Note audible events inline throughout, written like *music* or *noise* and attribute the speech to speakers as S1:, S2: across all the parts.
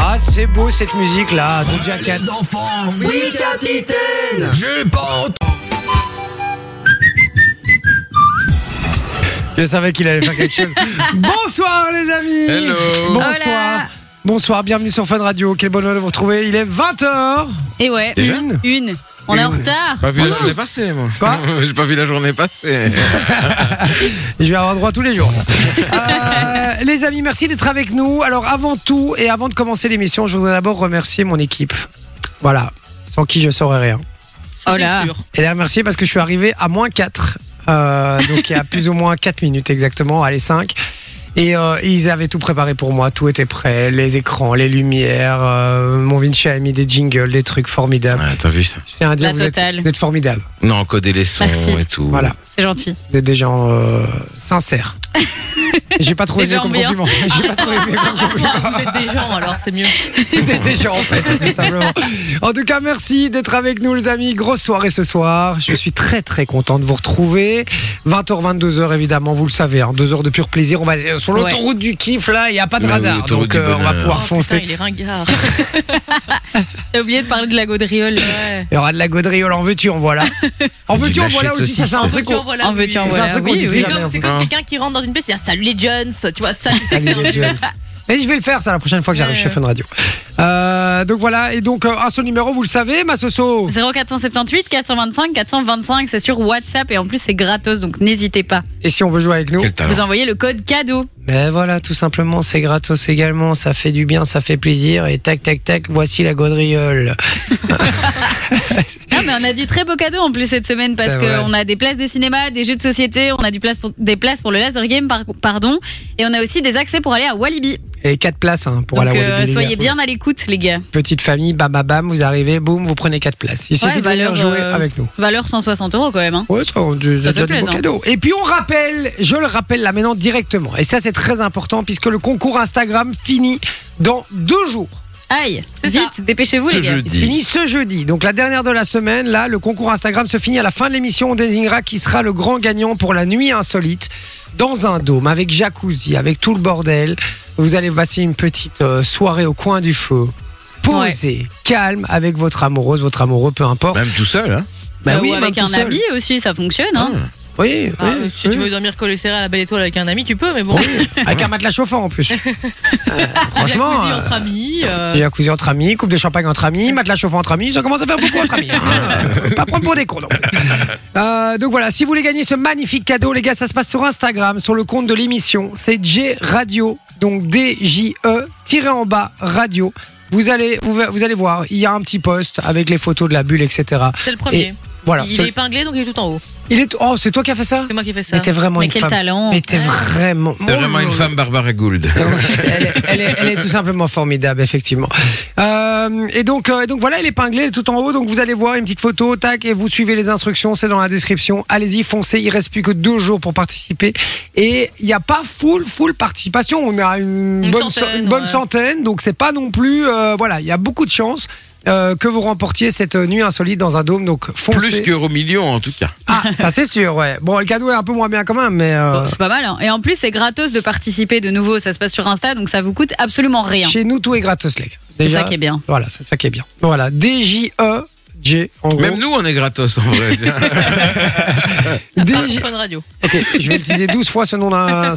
S1: Ah, c'est beau cette musique là, de Jacket.
S2: Les enfants Oui, capitaine J'ai pas entendu
S1: Je savais qu'il allait faire quelque
S2: *laughs*
S1: chose. Bonsoir les amis.
S2: Hello.
S1: Bonsoir.
S3: Hola.
S1: Bonsoir, bienvenue sur Fun Radio. Quel bonheur de vous retrouver. Il est 20h.
S3: Et ouais.
S1: Déjà
S3: une. Une. On est en retard.
S2: Pas
S4: Oh
S2: vu la journée passer, moi.
S1: Quoi
S2: *laughs* J'ai pas vu la journée passer.
S1: Et je vais avoir droit tous les jours,
S2: *laughs*
S1: ça. Euh, les amis, merci d'être avec nous. Alors, avant tout et avant de commencer l'émission, je voudrais d'abord remercier mon équipe. Voilà, sans qui je saurais rien.
S3: Oh là.
S1: Et les remercier parce que je suis arrivé à moins 4. euh, donc, il y a plus ou moins 4 minutes exactement, allez 5. Et euh, ils avaient tout préparé pour moi, tout était prêt, les écrans, les lumières, euh, mon Vinci a mis des jingles, des trucs formidables.
S2: t'as vu ça
S1: Je tiens à dire,
S3: La
S1: vous êtes,
S3: totale.
S1: vous êtes formidables.
S2: Non, coder les sons
S3: Merci.
S2: et tout.
S1: Voilà.
S3: C'est gentil.
S1: Vous êtes des gens euh,
S3: *laughs*
S1: sincères. J'ai pas trouvé
S3: Des
S1: mieux
S3: gens
S1: comme
S3: bien.
S1: compliment. J'ai pas trouvé mieux comme compliment.
S3: *laughs* vous êtes des gens alors, c'est mieux.
S1: Vous êtes des gens en fait, *laughs* c'est simplement. En tout cas, merci d'être avec nous les amis. Grosse soirée ce soir. Je suis très très content de vous retrouver. 20h, 22h évidemment, vous le savez. Hein, deux heures de pur plaisir. On va euh, sur l'autoroute du kiff là. Il n'y a pas de
S2: Là,
S1: radar.
S2: Bah l'autoroute
S1: Donc
S2: du
S1: euh, on va
S2: bonheur.
S1: pouvoir foncer.
S3: Oh, il est ringard. *laughs* T'as oublié de parler de la gaudriole.
S1: Il y aura de la gaudriole en veux-tu, en voilà. En veux-tu, en
S2: lâcher
S1: voilà
S2: de
S1: aussi. Ça c'est un
S2: saucisse.
S1: truc.
S5: En veux-tu,
S1: qu'on-
S5: en voilà,
S3: Oh, En veux-tu, en
S5: oui.
S1: C'est un
S3: voilà.
S1: truc qu'on
S3: Oui,
S1: dit plus
S3: oui.
S5: C'est
S3: C'est
S1: jamais, en
S5: comme, c'est
S1: fait.
S5: comme
S2: Hein.
S5: quelqu'un qui rentre dans une pièce, il dit salut les jeunes, tu vois ça. c'est
S1: Salut
S5: ça.
S1: les Jones. Et je vais le faire ça la prochaine fois que j'arrive
S3: Ouais.
S1: chez Fun Radio. Euh, donc voilà, et donc euh, un seul numéro, vous le savez, ma Soso.
S3: 0478 425 425, c'est sur WhatsApp et en plus c'est gratos donc n'hésitez pas.
S1: Et si on veut jouer avec nous
S2: Quel talent.
S3: Vous envoyez le code cadeau.
S1: Ben voilà, tout simplement, c'est gratos également, ça fait du bien, ça fait plaisir, et tac tac tac, voici la gaudriole.
S3: Non mais on a du très beau cadeau en plus cette semaine parce
S1: C'est vrai.
S3: qu'on a des places de cinéma, des jeux de société, on a du place pour, des places pour le laser game par- pardon et on a aussi des accès pour aller à Walibi.
S1: Et quatre places hein, pour
S3: donc
S1: aller à
S3: euh,
S1: Walibi, les
S3: soyez
S1: gars.
S3: bien à l'écoute les gars.
S1: Petite famille, bam bam bam, vous arrivez, boum, vous prenez quatre places. Il suffit
S3: Ouais,
S1: de venir
S3: valeur,
S1: jouer
S3: euh,
S1: avec nous.
S3: Valeur 160 euros quand même. hein.
S1: Ouais, ça, on- du- déjà
S3: Ça fait
S1: du beau
S3: plaisir.
S1: cadeau. Et puis on rappelle, je le rappelle là maintenant directement, et ça c'est très important puisque le concours Instagram finit dans deux jours.
S3: Aïe,
S5: C'est
S3: vite,
S5: ça.
S3: dépêchez-vous
S2: Ce
S3: les gars.
S2: jeudi.
S1: Il se finit ce jeudi. Donc la dernière de la semaine, là, le concours Instagram se finit à la fin de l'émission. On désignera qui sera le grand gagnant pour la nuit insolite dans un dôme avec jacuzzi, avec tout le bordel. Vous allez passer une petite euh, soirée au coin du feu. Posé, calme avec votre amoureuse, votre amoureux, peu importe.
S2: Même tout seul, hein
S1: Bah
S3: Euh, ou
S1: même
S3: avec
S1: tout
S3: un
S1: seul.
S3: ami aussi, ça fonctionne. Hein.
S1: Oui,
S5: Ah,
S1: oui,
S5: si
S1: oui.
S5: tu veux dormir collé serré à la belle étoile avec un ami, tu peux, mais bon,
S1: avec un matelas chauffant en
S5: *laughs*
S1: plus. Euh, franchement,
S5: jacuzzi
S1: euh,
S5: entre amis. euh,
S1: Jacuzzi entre amis, coupe de champagne entre amis, matelas chauffant entre amis, ça commence à faire beaucoup entre amis. hein. Pas prendre pour des cons. non. Euh, donc voilà, si vous voulez gagner ce magnifique cadeau, les gars, ça se passe sur Instagram, sur le compte de l'émission. C'est J Radio, donc D-J-E, tiré en bas, radio. Vous allez, vous, vous allez voir, il y a un petit post avec les photos de la bulle, etc.
S5: C'est
S1: Et
S5: le premier.
S1: voilà.
S5: il
S1: sur-
S5: est épinglé, donc il est tout en haut.
S1: il est- oh, c'est toi qui as fait ça
S5: C'est moi qui ai fait ça.
S1: Mais t'es vraiment
S3: Mais
S1: une
S3: quel
S1: femme.
S3: talent.
S1: Mais t'es
S5: Ouais.
S1: vraiment.
S2: C'est vraiment une femme Barbara Gould.
S4: Euh,
S1: elle, est, elle est- elle est tout simplement formidable, effectivement. Euh, et, donc, euh, et donc voilà, elle est épinglée, elle est tout en haut. Donc vous allez voir une petite photo, tac, et vous suivez les instructions, c'est dans la description. Allez-y, foncez, il reste plus que deux jours pour participer. Et il n'y a pas full, full participation. On a une,
S5: Une
S1: bonne,
S5: centaine,
S1: so- une bonne
S5: ouais.
S1: centaine, donc c'est pas non plus. euh, voilà, il y a beaucoup de chances. euh, que vous remportiez cette euh, nuit insolite dans un dôme, donc foncez.
S2: Plus qu'euro million, en tout cas.
S1: Ah, ça c'est sûr, ouais. Bon, le cadeau est un peu moins bien quand même, mais euh,
S3: Bon, c'est pas mal. hein. Et en plus, c'est gratos de participer de nouveau. Ça se passe sur Insta, donc ça vous coûte absolument rien.
S1: chez nous tout est gratos, les gars.
S3: C'est
S1: Déjà,
S3: ça qui est bien.
S1: Voilà, c'est ça qui est bien. Voilà, D-J-E-J,
S4: Oh.
S1: en gros.
S2: Même nous, on est gratos, en vrai.
S4: *laughs*
S2: tiens. *laughs*
S1: DJ
S5: Fun radio.
S1: Ok, je vais utiliser 12 fois ce nom d'un.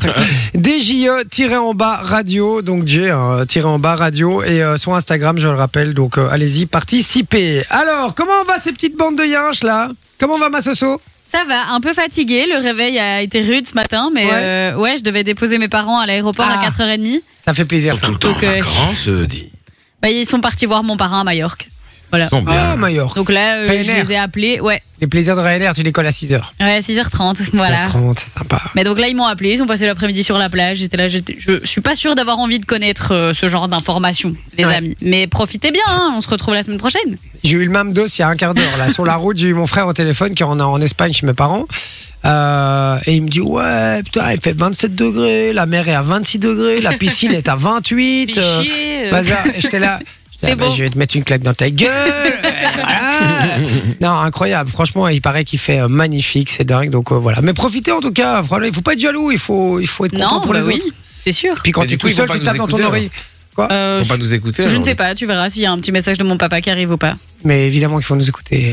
S1: DJE tiré en bas radio, donc J hein, tiré en bas radio et euh, son Instagram, je le rappelle. Donc euh, allez-y, participez. Alors, comment va ces petites bandes de yinches là Comment va ma soso
S3: Ça va, un peu fatigué. Le réveil a été rude ce matin, mais
S1: Ouais.
S3: euh, ouais je devais déposer mes parents à l'aéroport
S1: Ah.
S3: à 4h30.
S1: Ça fait plaisir.
S2: Ils sont
S1: Ça.
S2: tout le temps en
S3: Donc, euh,
S2: vacances, euh, dit.
S3: Bah, ils sont partis voir mon parrain à Majorque. Voilà.
S2: Ils
S4: Oh,
S2: sont bien.
S1: Ah, Mallorca.
S3: Donc là, euh, je
S1: PNR.
S3: les ai appelés. Ouais,
S1: Les plaisirs de Ryanair, tu décolles à 6h.
S3: ouais 6h30. *laughs* Voilà.
S1: 30, c'est sympa.
S3: Mais donc là, ils m'ont appelé, ils ont passé l'après-midi sur la plage. J'étais là, j'étais- je suis pas sûre d'avoir envie de connaître euh, ce genre d'informations, les
S1: Ouais.
S3: amis. Mais profitez bien, hein, on se retrouve la semaine prochaine.
S1: J'ai eu le même dos il y a un quart d'heure. Là, sur la route, j'ai eu mon frère au téléphone qui en a en Espagne chez mes parents. Euh, et il me dit Ouais, putain, il fait 27 degrés, la mer est à 26 degrés, la piscine est à 28. euh,
S5: Fichier, euh,
S1: bazar. Et
S3: *laughs*
S1: j'étais là. j'étais là,
S3: C'est
S1: bah,
S3: beau.
S1: je vais te mettre une claque dans ta gueule.
S3: *laughs*
S1: euh, voilà. Non, incroyable. Franchement, il paraît qu'il fait euh, magnifique, c'est dingue. Donc euh, voilà. Mais profitez en tout cas. Voilà, il faut pas être jaloux. Il faut, il faut être content
S3: non,
S1: pour
S3: bah
S1: les
S3: oui,
S1: autres.
S3: c'est sûr.
S1: Puis quand
S2: Mais
S1: tu
S2: du
S1: es tout
S2: coup, ils vont
S1: seul,
S2: pas
S1: tu
S2: nous
S1: tapes dans ton
S2: écouter,
S1: oreille. Quoi
S3: Euh,
S6: Faut pas nous écouter.
S3: je ne
S1: hein.
S6: alors.
S3: sais pas, tu verras s'il y a un petit message de mon papa qui arrive ou pas.
S1: Mais évidemment qu'il faut nous écouter.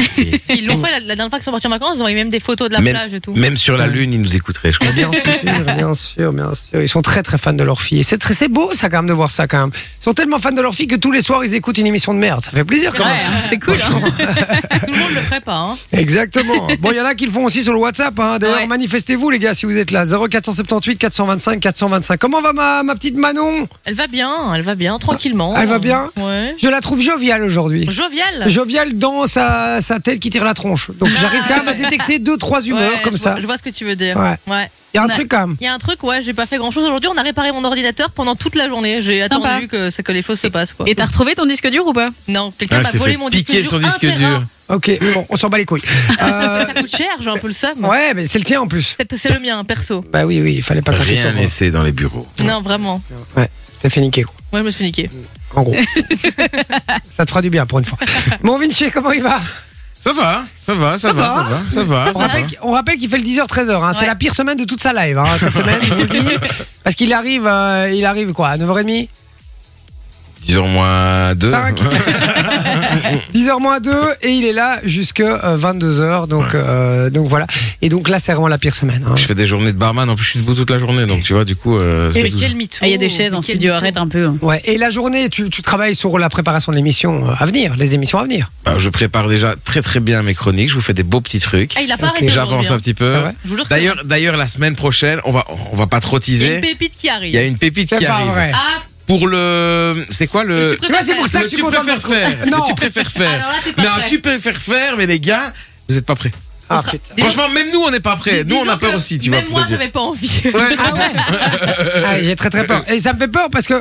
S5: Ils l'ont fait la, la dernière fois qu'ils sont partis en vacances, ils ont mis même des photos de la
S6: Même-
S5: plage et tout.
S6: Même sur la lune, ils nous écouteraient. Je crois.
S1: bien sûr, bien sûr, bien sûr. Ils sont très très fans de leur fille. Et c'est très- c'est beau ça quand même de voir ça quand même. Ils sont tellement fans de leur fille que tous les soirs ils écoutent une émission de merde. Ça fait plaisir quand
S3: Ouais,
S1: même.
S3: hein, c'est cool. hein.
S5: Tout le monde le ferait pas. Hein.
S1: Exactement. Bon, il y en a qui le font aussi sur le WhatsApp. hein. D'ailleurs,
S5: Ouais.
S1: manifestez-vous, les gars, si vous êtes là. 0478 425 425. Comment va ma, ma petite Manon
S5: Elle va bien, elle va bien, tranquillement.
S1: Elle va bien
S5: Ouais.
S1: Je la trouve joviale aujourd'hui.
S5: Jovial.
S1: Joviale dans sa, sa tête qui tire la tronche. Donc, j'arrive quand même à détecter deux, trois humeurs
S5: Ouais,
S1: comme
S5: je
S1: ça.
S5: vois- Je vois ce que tu veux dire.
S1: Ouais.
S5: Ouais.
S1: Il y a un
S5: Ouais.
S1: truc quand même.
S5: Il y a un truc, ouais, j'ai pas fait grand chose aujourd'hui. On a réparé mon ordinateur pendant toute la journée. J'ai
S3: Sympa.
S5: attendu que, ça- que les choses se passent, quoi.
S3: Et t'as retrouvé ton disque dur ou pas
S5: Non, quelqu'un
S6: Elle
S5: m'a
S6: s'est
S5: volé
S6: Ah, fait
S5: mon disque
S6: piquer
S5: dur.
S6: son disque
S5: intégral.
S6: dur.
S1: Ok, bon, on s'en bat les couilles. Euh,
S5: Ça coûte cher, j'ai un peu le seum.
S1: ouais, mais c'est le tien en plus.
S5: C'est- C'est le mien, perso.
S1: Bah oui, oui, il fallait pas compter
S6: Rien
S1: sur moi.
S6: laissé dans les bureaux.
S5: Non, vraiment.
S6: Ah,
S1: T'as fait niquer, quoi.
S5: Moi, je me suis niqué.
S1: En *laughs* gros. ça te fera du bien pour une *laughs* fois. Mon Vinci, comment il va
S4: Ça va, ça va, ça,
S1: Ça
S4: va,
S1: va
S4: ça va, ça va.
S1: On rappelle, qu'- on rappelle qu'il fait le 10h-13h. hein. C'est
S5: Ouais.
S1: la pire semaine de toute sa live, hein, cette semaine, je vous le *laughs* dis. Parce qu'il arrive, euh, il arrive quoi, à 9h30
S6: Disons moins deux.
S1: 5 *laughs* 10h moins 2 et il est là jusqu'à 22h. Donc, euh, donc voilà. Et donc là, c'est vraiment la pire semaine. hein.
S6: Je fais des journées de barman, en plus je suis debout toute la journée, donc tu vois, du coup. euh, c'est
S5: Mais
S6: douze.
S5: quel mytho.
S3: Ah, Il y a des chaises
S5: mais
S3: en
S5: Oh, quel
S3: studio,
S5: mytho.
S3: arrête un peu. hein.
S1: Ouais. Et la journée, tu, tu travailles sur la préparation de l'émission euh, à venir, les émissions à venir.
S6: Bah, je prépare déjà très très bien mes chroniques, je vous fais des beaux petits trucs.
S5: Ah, il a pas
S1: Ok.
S5: arrêté.
S6: J'avance
S5: aujourd'hui,
S6: un petit peu.
S1: Ah ouais
S5: Je vous jure que
S6: D'ailleurs, d'ailleurs, la semaine prochaine, on va, on va pas trop
S5: Il y a hein. une
S6: teaser.
S5: pépite
S6: Il
S5: qui
S6: y a
S5: arrive.
S6: une pépite
S1: C'est
S6: qui
S1: pas
S6: arrive.
S1: vrai.
S5: Ah,
S6: Pour le, c'est quoi le,
S5: mais tu préfères
S1: c'est pour
S5: faire.
S1: ça que
S6: le
S1: je suis
S6: tu
S1: content de
S6: préfères
S1: retrouver.
S6: faire.
S1: Non.
S6: Le tu préfères faire.
S5: Alors Ah, là, t'es pas
S6: Non,
S5: prêt.
S6: tu préfères faire, mais les gars, vous êtes pas prêts.
S1: Ah,
S5: sera-
S1: putain.
S5: Dis-
S6: Franchement, même nous, on n'est pas prêts. Eh, Nous, on a
S5: disons
S6: peur
S5: que
S6: aussi, tu vois.
S5: Même
S6: pour
S5: moi,
S6: te dire.
S5: j'avais pas envie.
S1: Ah ouais. Ah, J'ai très très peur. Et ça me fait peur parce que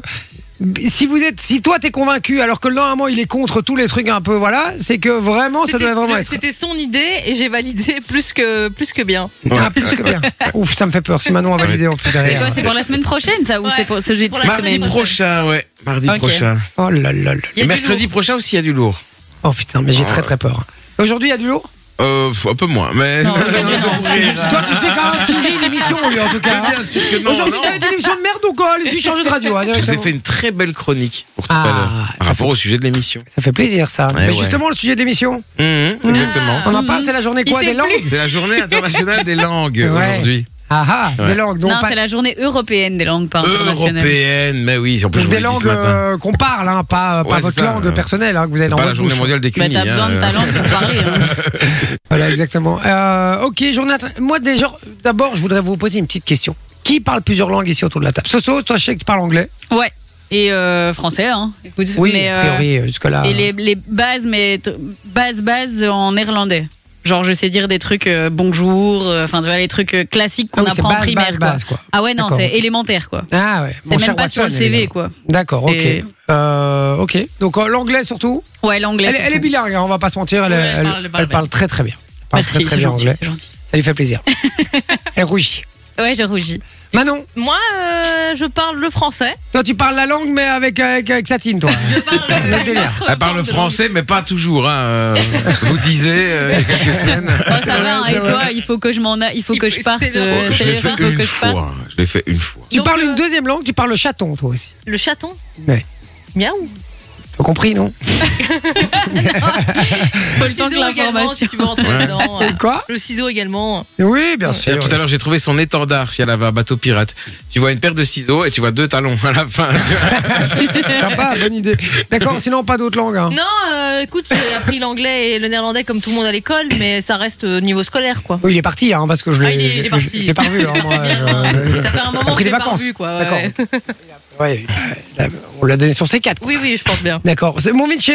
S1: si vous êtes, si toi t'es convaincu alors que normalement il est contre tous les trucs un peu voilà, c'est que vraiment ça
S5: C'était-
S1: devait vraiment
S5: le-
S1: être.
S5: C'était son idée et j'ai validé plus que, plus que bien.
S1: Ah, plus que bien. Ouf, ça me fait peur. Si Manon a validé en plus
S3: C'est quoi,
S1: derrière.
S3: c'est pour la semaine prochaine ça ou
S5: Ouais.
S3: c'est pour ce jeudi
S5: Pour la
S6: Mardi
S5: semaine
S6: prochain, ouais. Mardi
S3: Ok.
S6: prochain.
S1: Oh là là là.
S5: Il
S6: Et
S5: y a du
S6: mercredi prochain aussi, il y a du lourd.
S1: Oh putain, mais j'ai très très peur. Aujourd'hui, il y a du lot
S6: Euh, faut un peu moins, mais. *laughs*
S5: Non, aujourd'hui,
S6: mais c'est
S5: non.
S6: pour rire.
S1: Toi, tu sais quand même qu'il y a une émission, lui, en tout cas. hein.
S6: Bien sûr que non.
S1: Aujourd'hui,
S6: non.
S1: ça va être une émission de merde, donc oh, allez-y, changez de radio. hein,
S6: Je vous ai
S1: directement.
S6: fait une très belle chronique pour tout
S1: Ah,
S6: à l'heure.
S1: ça
S6: Par rapport au sujet de l'émission.
S1: Ça fait plaisir, ça.
S6: Ouais,
S1: mais
S6: ouais.
S1: justement, le sujet de l'émission,
S6: Mhm, exactement.
S1: on en
S3: Mhm.
S1: parle, c'est la journée
S3: Il
S1: quoi
S3: sait
S1: Des
S3: plus.
S1: langues
S6: C'est la journée internationale des langues
S1: Ouais.
S6: aujourd'hui.
S1: Ah ah, des
S6: Ouais.
S1: langues. Donc,
S3: Non,
S1: pas-
S3: c'est la journée européenne des langues, pas internationale.
S6: Européenne, mais oui, en plus je vous
S1: des
S6: l'ai dit ce
S1: langues
S6: matin.
S1: euh, qu'on parle, hein, pas, pas
S6: Ouais, c'est
S1: votre
S6: ça,
S1: langue
S6: euh,
S1: personnelle hein, que vous avez
S6: C'est
S1: dans
S6: pas la
S1: votre bouche.
S6: journée mondiale des
S3: Bah,
S6: cunis.
S3: t'as besoin
S6: hein.
S3: de
S1: euh.
S3: ta langue pour parler. hein.
S1: Voilà, exactement. Euh, ok, journée. inter- Moi, déjà, d'abord, je voudrais vous poser une petite question. Qui parle plusieurs langues ici autour de la table Soso, toi, je sais que tu parles anglais.
S3: Ouais. Et euh, français, hein. Écoute,
S1: Oui,
S3: mais, euh,
S1: a priori, euh, jusque-là.
S3: Et les, les bases, mais t- bases, bases en néerlandais. Genre, je sais dire des trucs euh, bonjour, euh, enfin, tu vois, les trucs euh, classiques
S1: Ah
S3: qu'on
S1: oui, c'est
S3: apprend en
S1: base,
S3: primaire.
S1: base,
S3: quoi.
S1: base, quoi.
S3: Ah ouais, non,
S1: D'accord,
S3: c'est
S1: ok.
S3: élémentaire, quoi.
S1: Ah ouais,
S3: C'est
S1: mon cher
S3: même pas sur le
S1: Watson,
S3: CV,
S1: évidemment.
S3: quoi.
S1: D'accord, ok.
S3: C'est-
S1: Euh, ok, donc euh, l'anglais surtout.
S3: Ouais, l'anglais.
S1: Elle, est- elle est
S3: surtout.
S1: bilingue, hein, on va pas se mentir, elle,
S5: Ouais,
S1: elle-
S5: elle parle- elle parle
S1: elle parle très très bien. Elle parle
S3: Merci,
S1: très très
S3: c'est
S1: bien
S3: gentil,
S1: anglais.
S3: c'est gentil.
S1: Ça lui fait
S3: *laughs*
S1: plaisir. elle rougit.
S3: Ouais,
S1: *laughs*
S3: je rougis.
S1: Manon,
S5: Moi, euh, je parle le français.
S1: toi tu parles la langue mais avec, avec, avec Satine, toi.
S6: *laughs*
S5: Je parle
S1: Le
S5: une
S1: délire.
S5: autre
S6: Elle parle
S5: forme de
S6: français, mais pas toujours. hein, euh, vous disiez euh, il y a quelques semaines.
S3: Oh, ça va, hein, et toi, il faut que je m'en a... il faut
S5: Il
S3: que
S5: faut-
S3: je parte.
S5: c'est le-
S3: euh,
S6: Oh, Je
S3: C'est
S6: l'ai
S3: l'erreur,
S6: fait
S3: faut
S6: une
S3: que je parte.
S6: fois. Je l'ai fait une fois.
S1: tu
S5: Donc,
S1: parles
S5: euh,
S1: une deuxième langue, tu parles le chaton, toi aussi.
S5: langue. Le chaton.
S1: Ouais.
S5: Miaou.
S1: T'as compris, non
S3: Faut
S5: Le
S3: le temps que
S5: ciseau également, si
S3: l'information.
S5: tu veux rentrer
S6: Ouais. *laughs*
S5: dedans. ouais.
S1: Quoi
S5: Le ciseau également.
S1: Oui, bien
S6: Et
S1: sûr.
S6: tout à l'heure, j'ai trouvé son étendard si elle avait un bateau pirate. Tu vois une paire de ciseaux et tu vois deux talons à la fin.
S1: Sympa, *laughs* bonne idée. D'accord, sinon pas d'autres langues. hein.
S5: Non, euh, écoute,
S1: *laughs*
S5: j'ai appris l'anglais et le néerlandais comme tout le monde à l'école, mais ça reste euh, niveau scolaire, quoi.
S1: Oui, il est parti, hein, parce que je l'ai
S5: Ah, il est- il est
S1: je-
S5: parti.
S1: je- je l'ai pas
S5: *laughs*
S1: revu. hein, moi, je-
S5: Ça fait un moment
S1: pris
S5: que
S1: des
S5: j'ai pas
S1: vacances.
S5: vu, quoi. ouais,
S1: D'accord.
S5: ouais.
S1: *laughs* Ouais, euh, on l'a donné sur C4. quoi.
S5: Oui, oui, je pense bien.
S1: D'accord. C'est mon Vinci.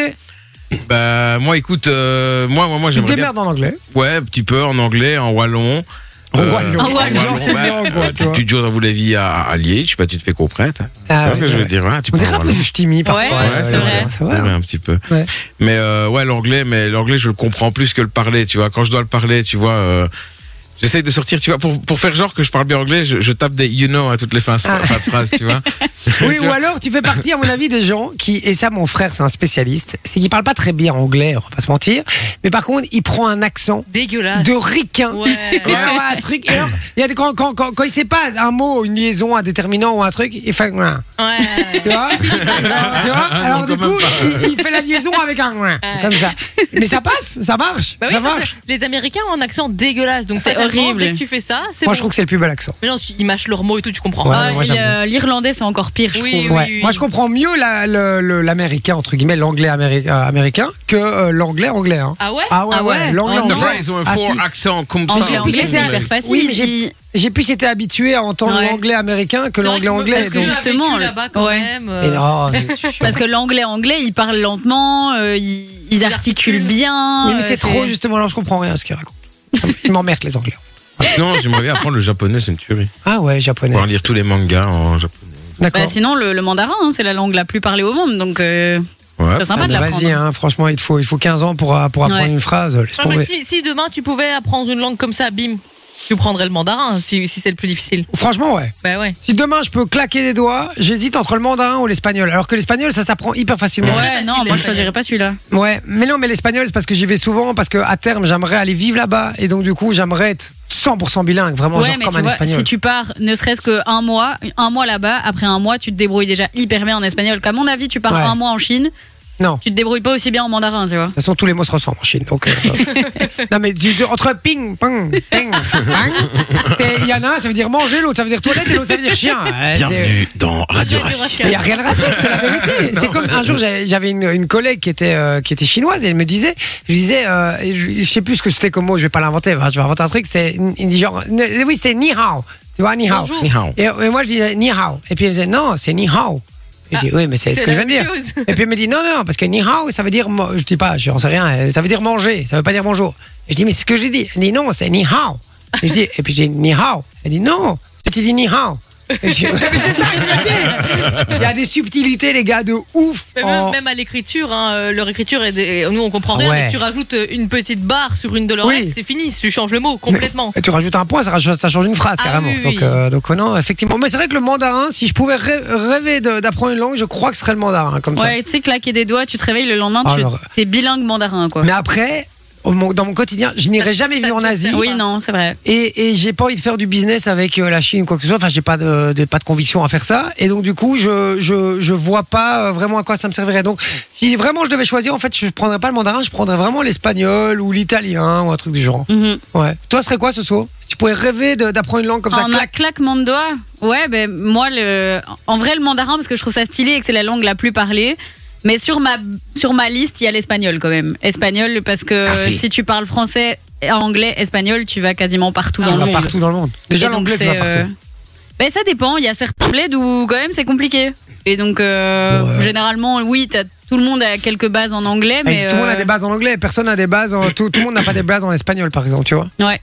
S6: bah, moi, écoute, euh, moi, moi, moi,
S1: Tu te
S6: j'aimerais bien.
S1: démerdes en anglais.
S6: Ouais, un petit peu en anglais, en wallon.
S1: En
S6: Euh,
S1: wallon.
S3: En wallon,
S1: Genre, c'est
S6: bah,
S1: bien, quoi, tu
S6: tu,
S1: vois.
S6: tu te joues dans vous la vie à, à Liège, bah, tu te fais comprendre. hein.
S1: Ah,
S6: Tu vois ce
S1: ouais,
S6: que je
S1: c'est
S6: veux
S1: vrai.
S6: dire hein, tu
S1: On
S6: parles
S1: dirait un peu
S6: wallon.
S1: du ch'timi parfois.
S3: Ouais,
S6: Ouais, c'est vrai.
S1: C'est
S6: Ouais,
S1: vrai.
S6: ouais, un petit peu.
S1: Ouais.
S6: Mais euh, ouais, l'anglais, mais l'anglais, je le comprends plus que le parler, tu vois. Quand je dois le parler, tu vois, euh, J'essaye de sortir, tu vois, pour, pour faire genre que je parle bien anglais, je, je tape des you know à toutes les fins,
S1: Ah.
S6: fin de phrase,
S1: *laughs*
S6: tu vois.
S1: Oui,
S6: Tu
S1: ou
S6: vois
S1: alors tu fais partie, à mon avis, des gens qui, et ça, mon frère, c'est un spécialiste, c'est qu'il parle pas très bien anglais, on va pas se mentir, mais par contre, il prend un accent
S5: Dégueulasse.
S1: *laughs* de ricain.
S3: Ouais.
S1: Et alors, un truc, et alors, il y a des- quand, quand, quand, quand il sait pas un mot, une liaison, un déterminant ou un truc, il fait. un
S5: Ouais.
S1: Tu
S5: *laughs*
S1: vois, Tu vois Alors, du coup, il, il fait la liaison avec un. Comme ça. Mais ça passe, ça marche.
S5: Ah, Bah oui,
S1: ça
S5: parce que
S1: marche.
S5: les Américains ont un accent dégueulasse, donc
S3: C'est
S5: fatalement,
S3: horrible.
S5: Dès que tu fais ça, c'est
S1: Moi,
S5: bon.
S1: je trouve que c'est le plus bel accent.
S5: Mais non, tu- ils mâchent leurs mots et tout, tu comprends.
S1: Ouais.
S5: Ah,
S3: Ah,
S1: moi,
S3: et,
S1: j'aime
S3: euh, L'Irlandais, c'est encore pire, je
S5: Oui,
S3: trouve.
S5: oui.
S1: Ouais. Moi, je comprends mieux la- le- le- l'américain, entre guillemets, l'anglais améri- euh, américain, que euh, l'anglais anglais. hein.
S5: Ah ouais
S1: Ah ouais,
S3: Ah
S1: ouais,
S3: ouais.
S1: l'anglais
S3: Ah,
S6: Ça
S3: non.
S6: va,
S1: anglais.
S6: ils ont un
S1: Ah,
S6: fort
S1: si.
S6: accent comme ça.
S3: Anglais,
S1: Anglais,
S3: anglais, c'est
S1: anglais.
S3: hyper facile.
S1: Oui, mais j'ai-
S3: ils-
S1: J'ai plus été habitué à entendre
S3: Ouais.
S1: l'anglais américain que
S5: C'est vrai
S1: l'anglais
S5: que-
S1: anglais.
S5: Parce que
S1: donc-
S5: j'ai
S3: Justement,
S5: vécu
S3: le-
S5: là-bas quand
S3: ouais.
S5: même. euh,
S1: Et
S5: *laughs*
S1: non, je-
S3: Parce que l'anglais anglais, ils parlent lentement, euh, ils, ils articulent
S5: articulent.
S3: bien.
S1: Oui, mais
S3: euh,
S1: c'est trop justement. Alors, je comprends rien à ce qu'il raconte. Ils m'emmerdent, les anglais.
S6: Non, j'aimerais bien apprendre le japonais, c'est une tuerie.
S1: Ah ouais, japonais.
S6: Pouvoir lire tous les mangas en japonais.
S1: D'accord.
S3: Bah, sinon, le, le mandarin, hein, c'est la langue la plus parlée au monde, donc euh,
S6: Ouais.
S3: c'est très sympa
S1: Ah,
S3: de
S1: mais
S3: l'apprendre.
S1: Vas-y, hein, franchement, il te faut, il faut 15 ans pour, euh, pour apprendre
S3: Ouais.
S1: une phrase. euh, Laisse
S5: Ah, mais
S1: tomber.
S5: si, si demain tu pouvais apprendre une langue comme ça, bim, tu prendrais le mandarin hein, si, si c'est le plus difficile.
S1: Franchement, ouais.
S5: Bah ouais.
S1: Si demain je peux claquer des doigts, j'hésite entre le mandarin ou l'espagnol. Alors que l'espagnol, ça s'apprend hyper facilement.
S3: Ouais, non, moi je choisirais pas celui-là.
S1: Ouais. Mais non, mais l'espagnol, c'est parce que j'y vais souvent, parce que à terme, j'aimerais aller vivre là-bas. Et donc, du coup, j'aimerais être 100% bilingue, vraiment,
S3: Ouais,
S1: genre
S3: mais
S1: comme
S3: tu
S1: un
S3: vois,
S1: espagnol.
S3: si tu pars ne serait-ce qu'un mois, un mois là-bas, après un mois, tu te débrouilles déjà hyper bien en espagnol. Qu'à mon avis, tu pars
S1: Ouais.
S3: un mois en Chine,
S1: Non.
S3: tu te débrouilles pas aussi bien en mandarin, tu vois.
S1: De toute façon, tous les mots se ressemblent en Chine.
S3: *laughs*
S1: Donc, euh, non, mais tu- tu- entre ping, ping, ping, ping, c'est- il y en a un, ça veut dire manger, l'autre, ça veut dire toilette, et l'autre, ça veut dire chien. Euh, c'est-
S6: dans Radio Raciste.
S1: Il n'y a rien de raciste, c'est la vérité. C'est comme un jour, j'avais j'avais une, une collègue qui était, euh, qui était chinoise et elle me disait, je lui disais, euh, et je, je sais plus ce que c'était comme mot, je vais pas l'inventer, enfin, je vais inventer un truc, c'est, il dit genre, ne- oui, c'était ni hao. Tu vois, ni hao.
S5: Bonjour.
S6: Ni hao.
S1: Et, et moi, je disais ni hao. Et puis elle disait, non, c'est ni hao. Et Je dis, oui, mais c'est ce
S5: c'est
S1: que je
S5: la
S1: viens de dire.
S5: même chose.
S1: Et puis elle me dit, non, non, non, parce que ni hao, ça veut dire, mo- je dis pas, je n'en sais rien, euh, ça veut dire manger, ça veut pas dire bonjour. Et je dis, mais c'est ce que j'ai dit. Elle dit, non, c'est ni hao. Et je dis, et puis je dis, ni hao. Elle dit, non, tu dis ni hao. Et je dis, mais c'est ça, que je viens de dire. Il y a des subtilités, les gars, de ouf.
S5: Mais même,
S1: en-
S5: même à l'écriture, hein, euh, leur écriture, est des- nous on comprend
S1: Ah
S5: rien,
S1: ouais.
S5: mais tu rajoutes euh, une petite barre sur une de leurs
S1: Oui.
S5: lettres, c'est fini, tu changes le mot complètement.
S1: Et tu rajoutes un point, ça, rach- ça change une phrase
S5: Ah
S1: carrément.
S5: oui, oui,
S1: Donc,
S5: oui.
S1: euh, donc, euh, non, effectivement. Mais c'est vrai que le mandarin, si je pouvais rê- rêver de- d'apprendre une langue, je crois que ce serait le mandarin, comme ça.
S3: Ouais, tu sais, claquer des doigts, tu te réveilles le lendemain,
S1: Ah,
S3: tu
S1: alors.
S3: t'es bilingue mandarin, quoi.
S1: Mais après, au mon- dans mon quotidien, je n'irai jamais vivre en Asie.
S3: Oui, non, c'est vrai.
S1: Et, et j'ai pas envie de faire du business avec euh, la Chine ou quoi que ce soit. Enfin, j'ai pas de, de- pas de conviction à faire ça. Et donc, du coup, je, je, je vois pas euh, vraiment à quoi ça me servirait. Donc, si vraiment je devais choisir, en fait, je prendrais pas le mandarin, je prendrais vraiment l'espagnol ou l'italien ou un truc du genre.
S3: Mhm.
S1: Ouais. Toi, ce serait quoi ce saut Si Tu pourrais rêver de- d'apprendre une langue comme ça,
S3: en un
S1: clac.
S3: claquement de doigts Ouais, ben moi, le... en vrai, le mandarin, parce que je trouve ça stylé et que c'est la langue la plus parlée. Mais sur ma, sur ma liste, il y a l'espagnol quand même. Espagnol, parce que
S1: Ah,
S6: Parfait.
S3: si tu parles français, anglais, espagnol, tu vas quasiment partout dans
S1: Ah, On
S3: le
S1: va
S3: monde.
S1: partout dans le monde. Déjà,
S3: Et donc,
S1: l'anglais, tu
S3: c'est,
S1: vas partout.
S3: euh, ben, ça dépend. Il y a certains bleds où quand même c'est compliqué. Et donc, euh,
S1: Ouais.
S3: généralement, oui, t'as- tout le monde a quelques bases en anglais.
S1: Et
S3: Mais,
S1: tout le monde a
S3: euh,
S1: des bases en anglais, personne n'a des bases en. Tout, tout le monde n'a pas des bases en espagnol, par exemple, tu vois.
S3: Ouais.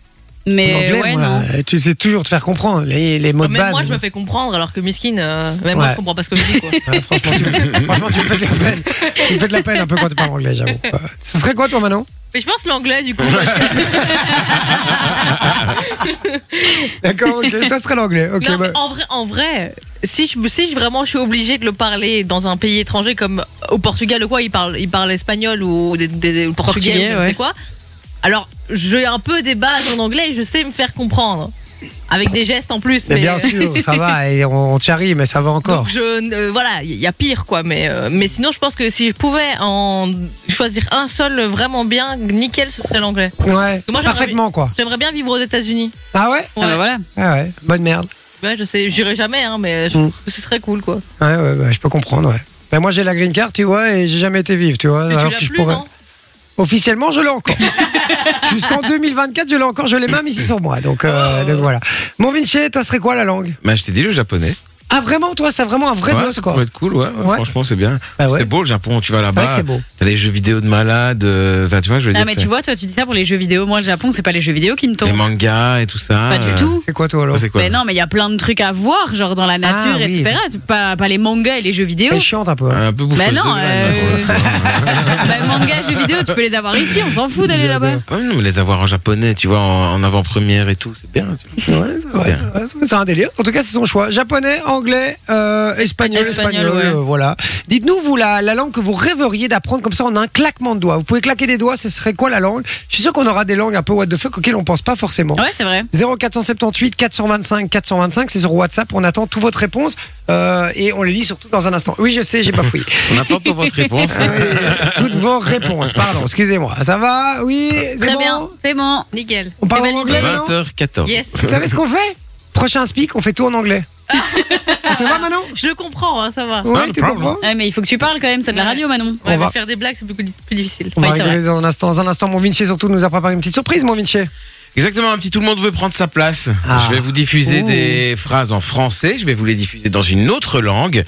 S3: Mais
S1: en anglais,
S3: ouais,
S1: moi,
S3: non. Oh,
S1: euh, tu sais toujours te faire comprendre les, les mots de
S5: Même
S1: base.
S5: moi je me fais comprendre alors que Miskin, euh, même moi
S1: Ouais.
S5: je comprends pas ce que je
S1: *laughs*
S5: dis quoi.
S1: Ouais, Ah, franchement, tu me
S6: *laughs*
S1: fais, franchement, tu me fais de la peine. Tu me fais de la peine un peu quand tu parles anglais, j'avoue. Ouais. Ce serait quoi, toi, Manon
S5: mais je pense l'anglais du coup. parce que-
S1: D'accord, ok. Toi, ce serait l'anglais. Ok,
S5: non, mais
S1: bah,
S5: en vrai, en vrai, si je, si je vraiment je suis obligée de le parler dans un pays étranger comme au Portugal ou quoi, ils parlent, ils parlent espagnol ou des, des- des- ou portugais,
S3: Portugais,
S5: ou je ne
S3: ouais.
S5: sais quoi. Alors j'ai un peu des bases en anglais, et je sais me faire comprendre avec des gestes en plus.
S1: mais
S5: Mais,
S1: bien sûr, ça va, et on, on t'y arrive, mais ça va encore.
S5: Donc je ne- euh, voilà, il y a pire quoi, mais euh, mais sinon je pense que si je pouvais en choisir un seul vraiment bien nickel, ce serait l'anglais.
S1: Ouais,
S5: que moi, j'aimerais-
S1: parfaitement, quoi.
S5: J'aimerais bien vivre aux États-Unis.
S1: Ah ouais
S3: Ah, bah, voilà.
S1: Ah ouais, bonne merde.
S5: Ouais, je sais, j'irai jamais, hein, mais je
S1: Mm.
S5: trouve que ce serait cool quoi.
S1: Ouais, ouais, bah, je peux comprendre, ouais. Mais moi, j'ai la green card, tu vois, et j'ai jamais été vivre, tu vois.
S5: Mais tu
S1: alors
S5: l'as
S1: que je
S5: plus,
S1: pourrais-
S5: non
S1: Officiellement, je l'ai encore. *laughs* Jusqu'en 2024, je l'ai
S5: Oh.
S1: encore, je l'ai même ici sur moi. Donc, euh, donc voilà. Mon Vinci, toi, ce serait quoi la langue
S6: Bah, je t'ai dit le japonais.
S1: Ah, vraiment, toi, c'est vraiment un vrai
S6: Ouais,
S1: gosse,
S6: ça
S1: quoi.
S6: pourrait être cool, ouais. ouais,
S1: Ouais.
S6: Franchement, c'est bien.
S1: Bah ouais.
S6: C'est beau le Japon, tu vas
S1: C'est vrai que
S6: là-bas.
S1: c'est beau.
S6: T'as les jeux vidéo de malades. euh, Enfin, tu vois, je veux dire.
S3: Ah, mais
S6: que
S3: tu vois, toi, tu dis ça pour les jeux vidéo. Moi, le Japon, c'est pas les jeux vidéo qui me
S6: c'est- Les
S3: tombent.
S6: mangas et tout ça.
S3: Pas du
S6: euh,
S3: tout.
S1: Ah, C'est quoi, toi, alors
S6: ça, c'est quoi
S3: Mais non, mais il y a plein de trucs à voir, genre dans la nature,
S1: oui.
S3: etc. C'est Pas, pas les mangas et les jeux vidéo.
S1: C'est chiante un peu. hein.
S6: Un peu bouffé.
S3: Mais non, euh, *laughs* bah, mangas, jeux vidéo, tu peux les avoir ici, on s'en fout d'aller là-bas.
S6: non, mais les avoir en japonais, tu vois, en, en avant-première et tout, c'est bien. tu vois.
S1: Ouais, c'est vrai, c'est vrai, c'est un délire. En tout cas, c'est son choix. Japonais, anglais, euh, espagnol, espagnol,
S3: Espagnol, ouais.
S1: euh, voilà. Dites-nous, vous, la, la langue que vous rêveriez d'apprendre comme ça en un claquement de doigts. Vous pouvez claquer des doigts, ce serait quoi la langue Je suis sûr qu'on aura des langues un peu what the fuck auxquelles on pense pas forcément.
S3: Ouais, c'est vrai.
S1: 0478 425 425, c'est sur WhatsApp. On attend toutes votre réponse euh, et on les lit surtout dans un instant. Oui, je sais, j'ai pas
S3: *laughs*
S1: fouillé.
S6: On attend pour votre réponse.
S1: Euh, toutes vos réponses, pardon, excusez-moi. Ça va Oui c'est
S3: Très
S1: bon
S3: bien, c'est bon.
S5: Nickel.
S1: On parle
S5: C'est
S1: en
S5: validé.
S1: anglais maintenant
S6: 20h14.
S5: Yes.
S1: Vous savez ce qu'on fait Prochain speak, on fait tout en
S3: *laughs*
S1: anglais. on te va maintenant
S5: Je le comprends, hein, ça va.
S1: Ouais, tu
S6: problem.
S1: comprends
S3: Ouais, Eh, mais il faut que tu parles quand même, c'est de la
S5: Ouais.
S3: radio, Manon.
S1: on
S5: Ouais, mais
S1: va-
S5: faire des blagues, c'est beaucoup plus difficile.
S1: on va
S3: Oui, c'est
S1: rigoler dans un instant. Dans un instant, mon Vinci surtout nous a préparé une petite surprise, mon Vinci.
S6: Exactement, un petit tout le monde veut prendre sa place.
S1: Ah.
S6: Je vais vous diffuser
S1: Ouh.
S6: des phrases en français, je vais vous les diffuser dans une autre langue.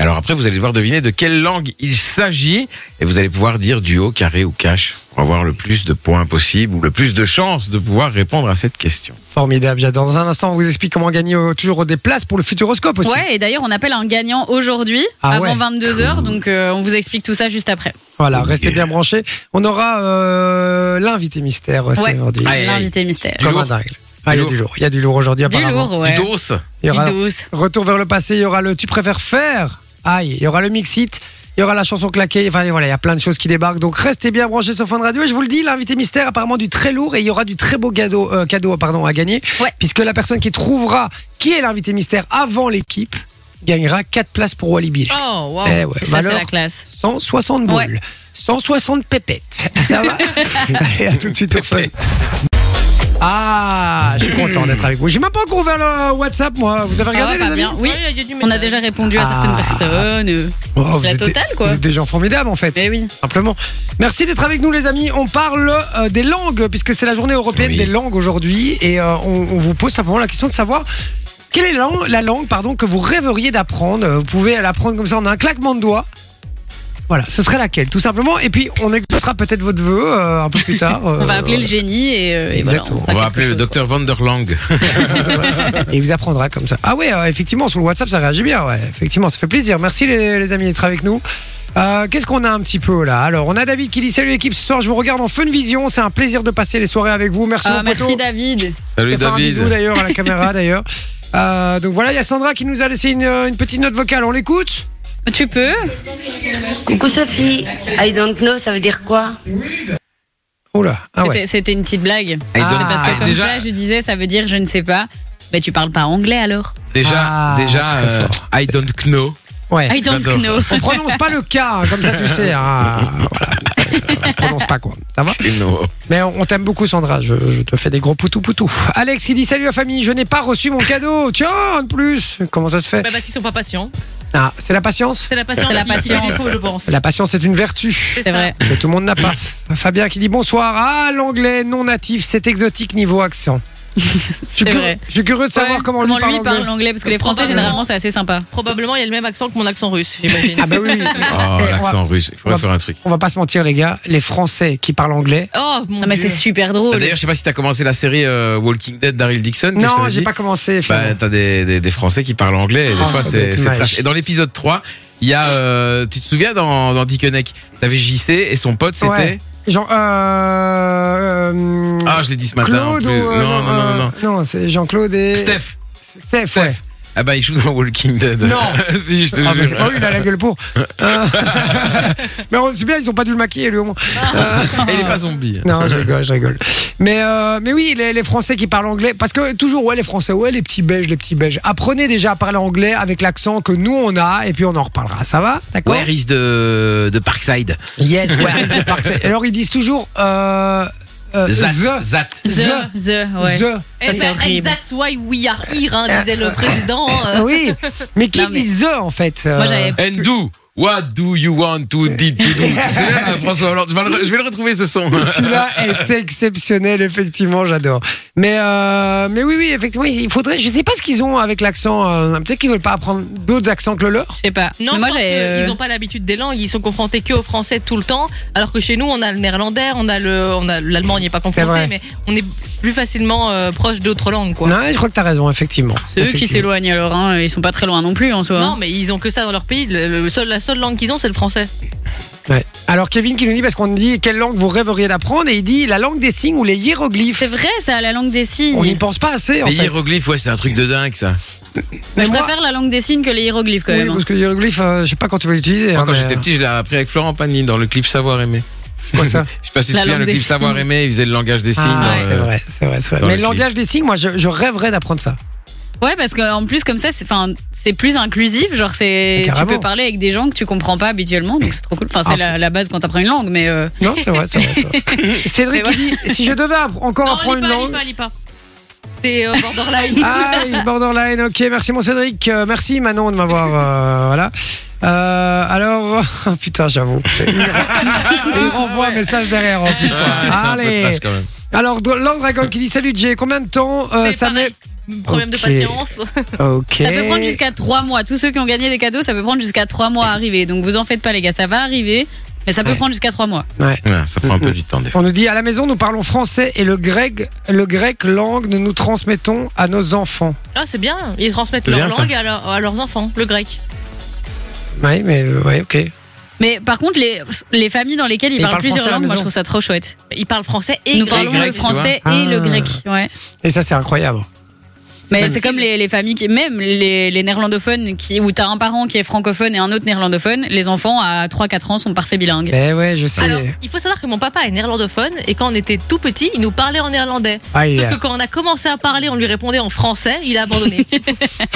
S6: Et Alors après, vous allez devoir deviner de quelle langue il s'agit et vous allez pouvoir dire duo, carré ou cash pour avoir le plus de points possible ou le plus de chances de pouvoir répondre à cette question.
S1: Formidable. j'adore. Dans un instant, on vous explique comment gagner euh, toujours des places pour le futuroscope aussi.
S3: Ouais, et d'ailleurs, on appelle un gagnant aujourd'hui,
S1: Ah ouais. Ah,
S3: avant 22h, donc euh, on vous explique tout ça juste après.
S1: Voilà, restez bien branchés. On aura euh, l'invité mystère aussi
S3: Ouais.
S1: aujourd'hui.
S6: Aïe, aïe.
S3: L'invité mystère.
S6: Du
S1: Comme
S6: lourd.
S1: un dingue. Ah, il y a
S6: Du
S1: du lourd. Il y a du lourd aujourd'hui,
S3: Du
S1: apparemment.
S3: lourd, ouais.
S6: Du dos.
S1: Il y aura
S3: Du douce.
S1: Retour vers le passé, il y aura le tu préfères faire. Aïe, il y aura le mix it, il y aura la chanson claquée. Enfin voilà, il y a plein de choses qui débarquent. Donc restez bien branchés sur Fun Radio. Et je vous le dis, l'invité mystère apparemment du très lourd et il y aura du très beau cadeau, euh, cadeau pardon, à gagner.
S3: Ouais.
S1: Puisque la personne qui trouvera qui est l'invité mystère avant l'équipe gagnera 4 places pour Walibi.
S5: Oh, wow.
S1: Eh ouais,
S3: Ça, c'est
S1: valeur
S3: la classe.
S1: 160 boules.
S3: Ouais.
S1: 160 pépettes. Ça
S3: *laughs*
S1: va Allez, à tout de suite au fun. Ah, je suis content d'être avec vous. J'ai même pas encore ouvert le WhatsApp, moi. Vous avez
S3: Ah
S1: regardé, les
S3: ouais, pas
S1: amis
S3: bien. Oui,
S5: Ouais, il y a du
S3: on a
S5: message.
S3: déjà répondu à
S1: Ah.
S3: certaines personnes. euh.
S1: Oh, vous
S3: La
S1: êtes des-
S3: totale, quoi.
S1: Vous êtes des gens formidables en fait.
S3: Eh oui.
S1: Simplement. Merci d'être avec nous les amis. On parle euh, des langues puisque c'est la journée européenne
S6: Oui.
S1: des langues aujourd'hui et euh, on, on vous pose simplement la question de savoir quelle est la langue, la langue pardon, que vous rêveriez d'apprendre. Euh, Vous pouvez l'apprendre comme ça en un claquement de doigts. Voilà, ce serait laquelle tout simplement. Et puis on exaucera peut-être votre vœu euh, un peu plus tard.
S3: *laughs* On va appeler le génie et, euh, et voilà,
S1: Exactement.
S6: On
S3: fera
S6: va
S3: quelque
S6: appeler le
S3: chose, quoi.
S6: docteur Vanderlang.
S3: *laughs*
S1: Et il vous apprendra comme ça. Ah ouais, euh, effectivement, sur le WhatsApp, ça réagit bien. Ouais, effectivement, ça fait plaisir. Merci les, les amis d'être avec nous. Euh, Qu'est-ce qu'on a un petit peu là Alors, on a David qui dit Salut l'équipe, ce soir je vous regarde en Fun Vision. C'est un plaisir de passer les soirées avec vous. Merci
S3: Ah,
S1: mon poteau.
S3: merci David.
S1: Je
S6: Salut
S1: vais faire un bisou
S6: David.
S1: d'ailleurs à la
S6: *laughs*
S1: caméra d'ailleurs. Euh, donc voilà, il y a Sandra qui nous a laissé une, euh, une petite note vocale. On l'écoute
S3: Tu peux
S1: Ah
S7: Coucou Sophie, I don't know, ça veut dire quoi
S1: Oh là, ah ouais.
S3: C'était- C'était une petite blague.
S6: Et
S1: Ah,
S6: donc,
S3: Parce que
S6: et
S3: comme
S6: déjà,
S3: ça, je disais, ça veut dire je ne sais pas. Mais tu parles pas anglais alors
S6: déjà,
S1: Ah,
S6: déjà,
S1: très
S6: euh,
S1: fort.
S6: I don't know.
S1: Ouais.
S3: I don't
S6: J'adore.
S3: know.
S1: On prononce pas le K, hein, comme ça tu sais.
S3: *laughs*
S1: hein. Voilà. On prononce pas quoi. Ça va
S6: Et no.
S1: Mais on, on t'aime beaucoup, Sandra. Je, je te fais des gros poutous poutous. Alex, il dit Salut la famille, je n'ai pas reçu mon cadeau. Tiens, de plus. Comment ça se fait
S5: Bah, parce qu'ils sont pas patients.
S1: Ah, c'est la patience
S5: C'est la patience.
S3: C'est la
S5: qui fait
S3: patience.
S5: défaut, je pense.
S1: La patience est une vertu
S3: C'est
S5: ça.
S3: vrai.
S1: que tout le monde n'a pas. Fabien qui dit Bonsoir. Ah, l'anglais non natif, c'est exotique niveau accent. Je suis,
S3: C'est
S1: curieux-
S3: vrai.
S1: je suis curieux de savoir
S3: Ouais,
S1: comment, on lui parle anglais.
S3: parle l'anglais Parce que les Français,
S5: Probablement.
S3: généralement, c'est assez sympa.
S5: Probablement, il a le même accent que mon accent russe, j'imagine.
S1: Ah, bah oui, oui.
S6: Oh,
S1: Eh, on,
S6: l'accent
S1: va,
S6: russe. Il faudrait
S1: on va-
S6: faire un truc.
S1: on va pas se mentir, les gars. Les Français qui parlent anglais.
S5: Oh, mon
S3: Non, mais
S5: Dieu.
S3: c'est super
S1: Oh, Eh,
S3: drôle.
S6: D'ailleurs, je sais pas si t'as commencé la série euh, Walking Dead d'Ariel Dixon. que je
S1: Non,
S6: t'avais
S1: j'ai
S6: dit.
S1: pas commencé.
S6: Bah,
S1: finalement.
S6: t'as des, des, des Français qui parlent anglais et des
S1: Oh,
S6: fois
S1: ça doit
S6: c'est
S1: être
S6: c'est
S1: moche.
S6: trash. Et dans l'épisode 3, il y a. euh, tu te souviens dans, dans Dick Honeck T'avais JC et son pote c'était.
S1: Ouais. Genre, euh, euh,
S6: Ah, je l'ai dit ce matin
S1: Claude
S6: en
S1: ou,
S6: plus.
S1: euh,
S6: non, non, non, non,
S1: euh,
S6: non.
S1: non, c'est Jean-Claude et.
S6: Steph
S1: Steph,
S6: Steph.
S1: ouais.
S6: Ah bah il joue dans Walking Dead.
S1: Non.
S6: *laughs* Si, je te
S1: Ah, mais-
S6: jure.
S1: oh, il a la gueule
S6: *laughs*
S1: pour. Euh, *laughs* mais on- c'est bien, ils ont pas dû le maquiller, lui, au moins. Euh,
S6: Et il est pas zombie.
S1: non, je rigole, je rigole. Mais, euh, mais oui, les, les Français qui parlent anglais, parce que toujours, ouais, les Français, ouais, les petits Belges, les petits Belges. Apprenez déjà à parler anglais avec l'accent que nous, on a, et puis on en reparlera. Ça va D'accord
S6: Where is de, de Parkside
S1: Yes, where is the park? Alors, ils disent toujours euh, euh,
S6: Zat.
S1: the.
S6: Zat.
S3: The, the, ouais.
S1: The. Eh,
S3: Ça,
S5: Eh
S3: c'est
S5: ben,
S3: horrible.
S5: and That's why we are here, hein, disait le président. euh.
S1: Oui, mais qui
S3: Non, mais-
S1: dit the en fait euh,
S3: Moi, j'avais
S6: And do What do you want
S1: *laughs*
S6: to did to do Tu te souviens, euh, François Hollande je vais, le, je vais le retrouver ce son.
S3: *laughs*
S1: Celui-là est exceptionnel, effectivement, j'adore. Mais, euh, mais oui, oui, effectivement, il faudrait. Je sais pas ce qu'ils ont avec l'accent. euh, Peut-être qu'ils veulent pas apprendre d'autres accents que le leur.
S3: Je sais pas. Mais
S5: Non, je
S3: moi,
S5: pense
S3: j'ai, euh,
S5: qu'ils n'ont pas l'habitude des langues, ils sont confrontés que au français tout le temps, alors que chez nous, on a le néerlandais, on a le, on a l'allemand, on n'y est pas
S1: vrai.
S5: confronté, mais on est plus facilement euh, proche d'autres langues, quoi.
S1: Non, je crois que t'as raison, effectivement.
S3: C'est eux qui
S1: Effectivement.
S3: s'éloignent alors, hein. ils sont pas très loin non plus en soi. hein.
S5: Non, mais ils ont que ça dans leur pays. Le, le seul, la seule langue qu'ils ont, c'est le français.
S1: Ouais. Alors Kevin qui nous dit parce qu'on dit quelle langue vous rêveriez d'apprendre et il dit la langue des signes ou les hiéroglyphes.
S3: C'est vrai ça, la langue des signes.
S1: On n'y pense pas assez en
S6: Les
S1: fait.
S6: hiéroglyphes, ouais, c'est un truc de dingue ça.
S3: Mais je
S1: moi-
S3: préfère la langue des signes que les hiéroglyphes quand
S1: Oui,
S3: même. hein.
S1: parce que hiéroglyphe, euh, je sais pas quand tu vas l'utiliser.
S6: Moi,
S1: hein,
S6: quand
S1: mais,
S6: j'étais petit, je l'ai appris avec Florent Pagny dans le clip Savoir aimer.
S1: euh, quoi ça
S6: Je sais pas si tu
S3: La
S6: te souviens,
S3: langue
S6: le
S3: des
S6: clip Savoir
S3: signes.
S6: aimer, il faisait le langage des signes.
S1: *laughs* Ah,
S6: dans
S1: c'est
S6: le-
S1: vrai, c'est vrai, c'est vrai.
S6: dans
S1: Mais
S6: le
S1: le langage des signes, moi, je, je rêverais d'apprendre ça.
S3: Ouais, parce qu'en plus comme ça, c'est, enfin, c'est plus inclusif. Genre,
S1: Mais
S3: c'est, tu
S1: carrément.
S3: peux parler avec des gens que tu comprends pas habituellement, donc c'est trop cool. Enfin, c'est
S1: Ah,
S3: la, la base quand t'apprends une langue, mais. euh,
S1: Non, c'est vrai, c'est vrai. c'est
S3: *laughs*
S1: vrai. Cédric
S3: Mais
S1: il dit si je devais app- encore
S5: Non,
S1: apprendre
S5: lis
S1: une
S5: pas, lis
S1: langue.
S5: pas, lis pas. C'est euh, borderline.
S1: Ah, il est borderline, ok, merci mon Cédric. Euh, merci Manon de m'avoir. euh, voilà. Euh, alors, *laughs* putain,
S6: *laughs*
S1: j'avoue. Et il renvoie un message derrière en plus. quoi.
S6: Ah, Ouais, c'est un peu
S1: Allez.
S6: trash, quand même.
S1: Alors, Lord Dragon qui dit Salut Jay, combien de temps euh,
S5: C'est
S1: ça met
S5: pareil. Problème
S1: Ok.
S5: de patience.
S1: Ok.
S3: Ça peut prendre jusqu'à 3 mois. Tous ceux qui ont gagné des cadeaux, ça peut prendre jusqu'à 3 mois à arriver. Donc vous en faites pas, les gars, ça va arriver. Mais ça peut
S1: Ouais.
S3: prendre jusqu'à 3 mois.
S6: Ouais, ça prend un peu du
S1: *laughs*
S6: temps des fois.
S1: On nous dit à la maison, nous parlons français et le grec, le grec langue, nous nous transmettons à nos enfants.
S5: Ah, c'est bien. Ils transmettent
S6: C'est
S5: leur
S6: bien, ça.
S5: langue à, leur- à leurs enfants, le grec.
S1: Oui, mais euh, ouais, ok.
S3: Mais par contre, les, les familles dans lesquelles ils
S1: Ils
S3: parlent
S1: parlent
S3: plusieurs
S1: français à la
S3: langues, moi je
S1: maison.
S3: trouve ça trop chouette.
S5: Ils parlent français et
S3: Nous
S5: grec.
S3: parlons le
S6: grec, tu
S3: français
S1: vois.
S3: et le
S1: Ah.
S3: grec. Ouais.
S1: Et ça, c'est incroyable.
S3: Mais
S1: facile.
S3: c'est comme les, les familles, qui, même les, les néerlandophones, qui, où t'as un parent qui est francophone et un autre néerlandophone, les enfants à 3-4 ans sont parfaits bilingues.
S1: Mais Ben ouais, je sais.
S5: Alors, il faut savoir que mon papa est néerlandophone et quand on était tout petit, il nous parlait en néerlandais.
S1: Aïe,
S3: *laughs*
S5: Sauf que quand on a commencé à parler, on lui répondait en français, il a abandonné.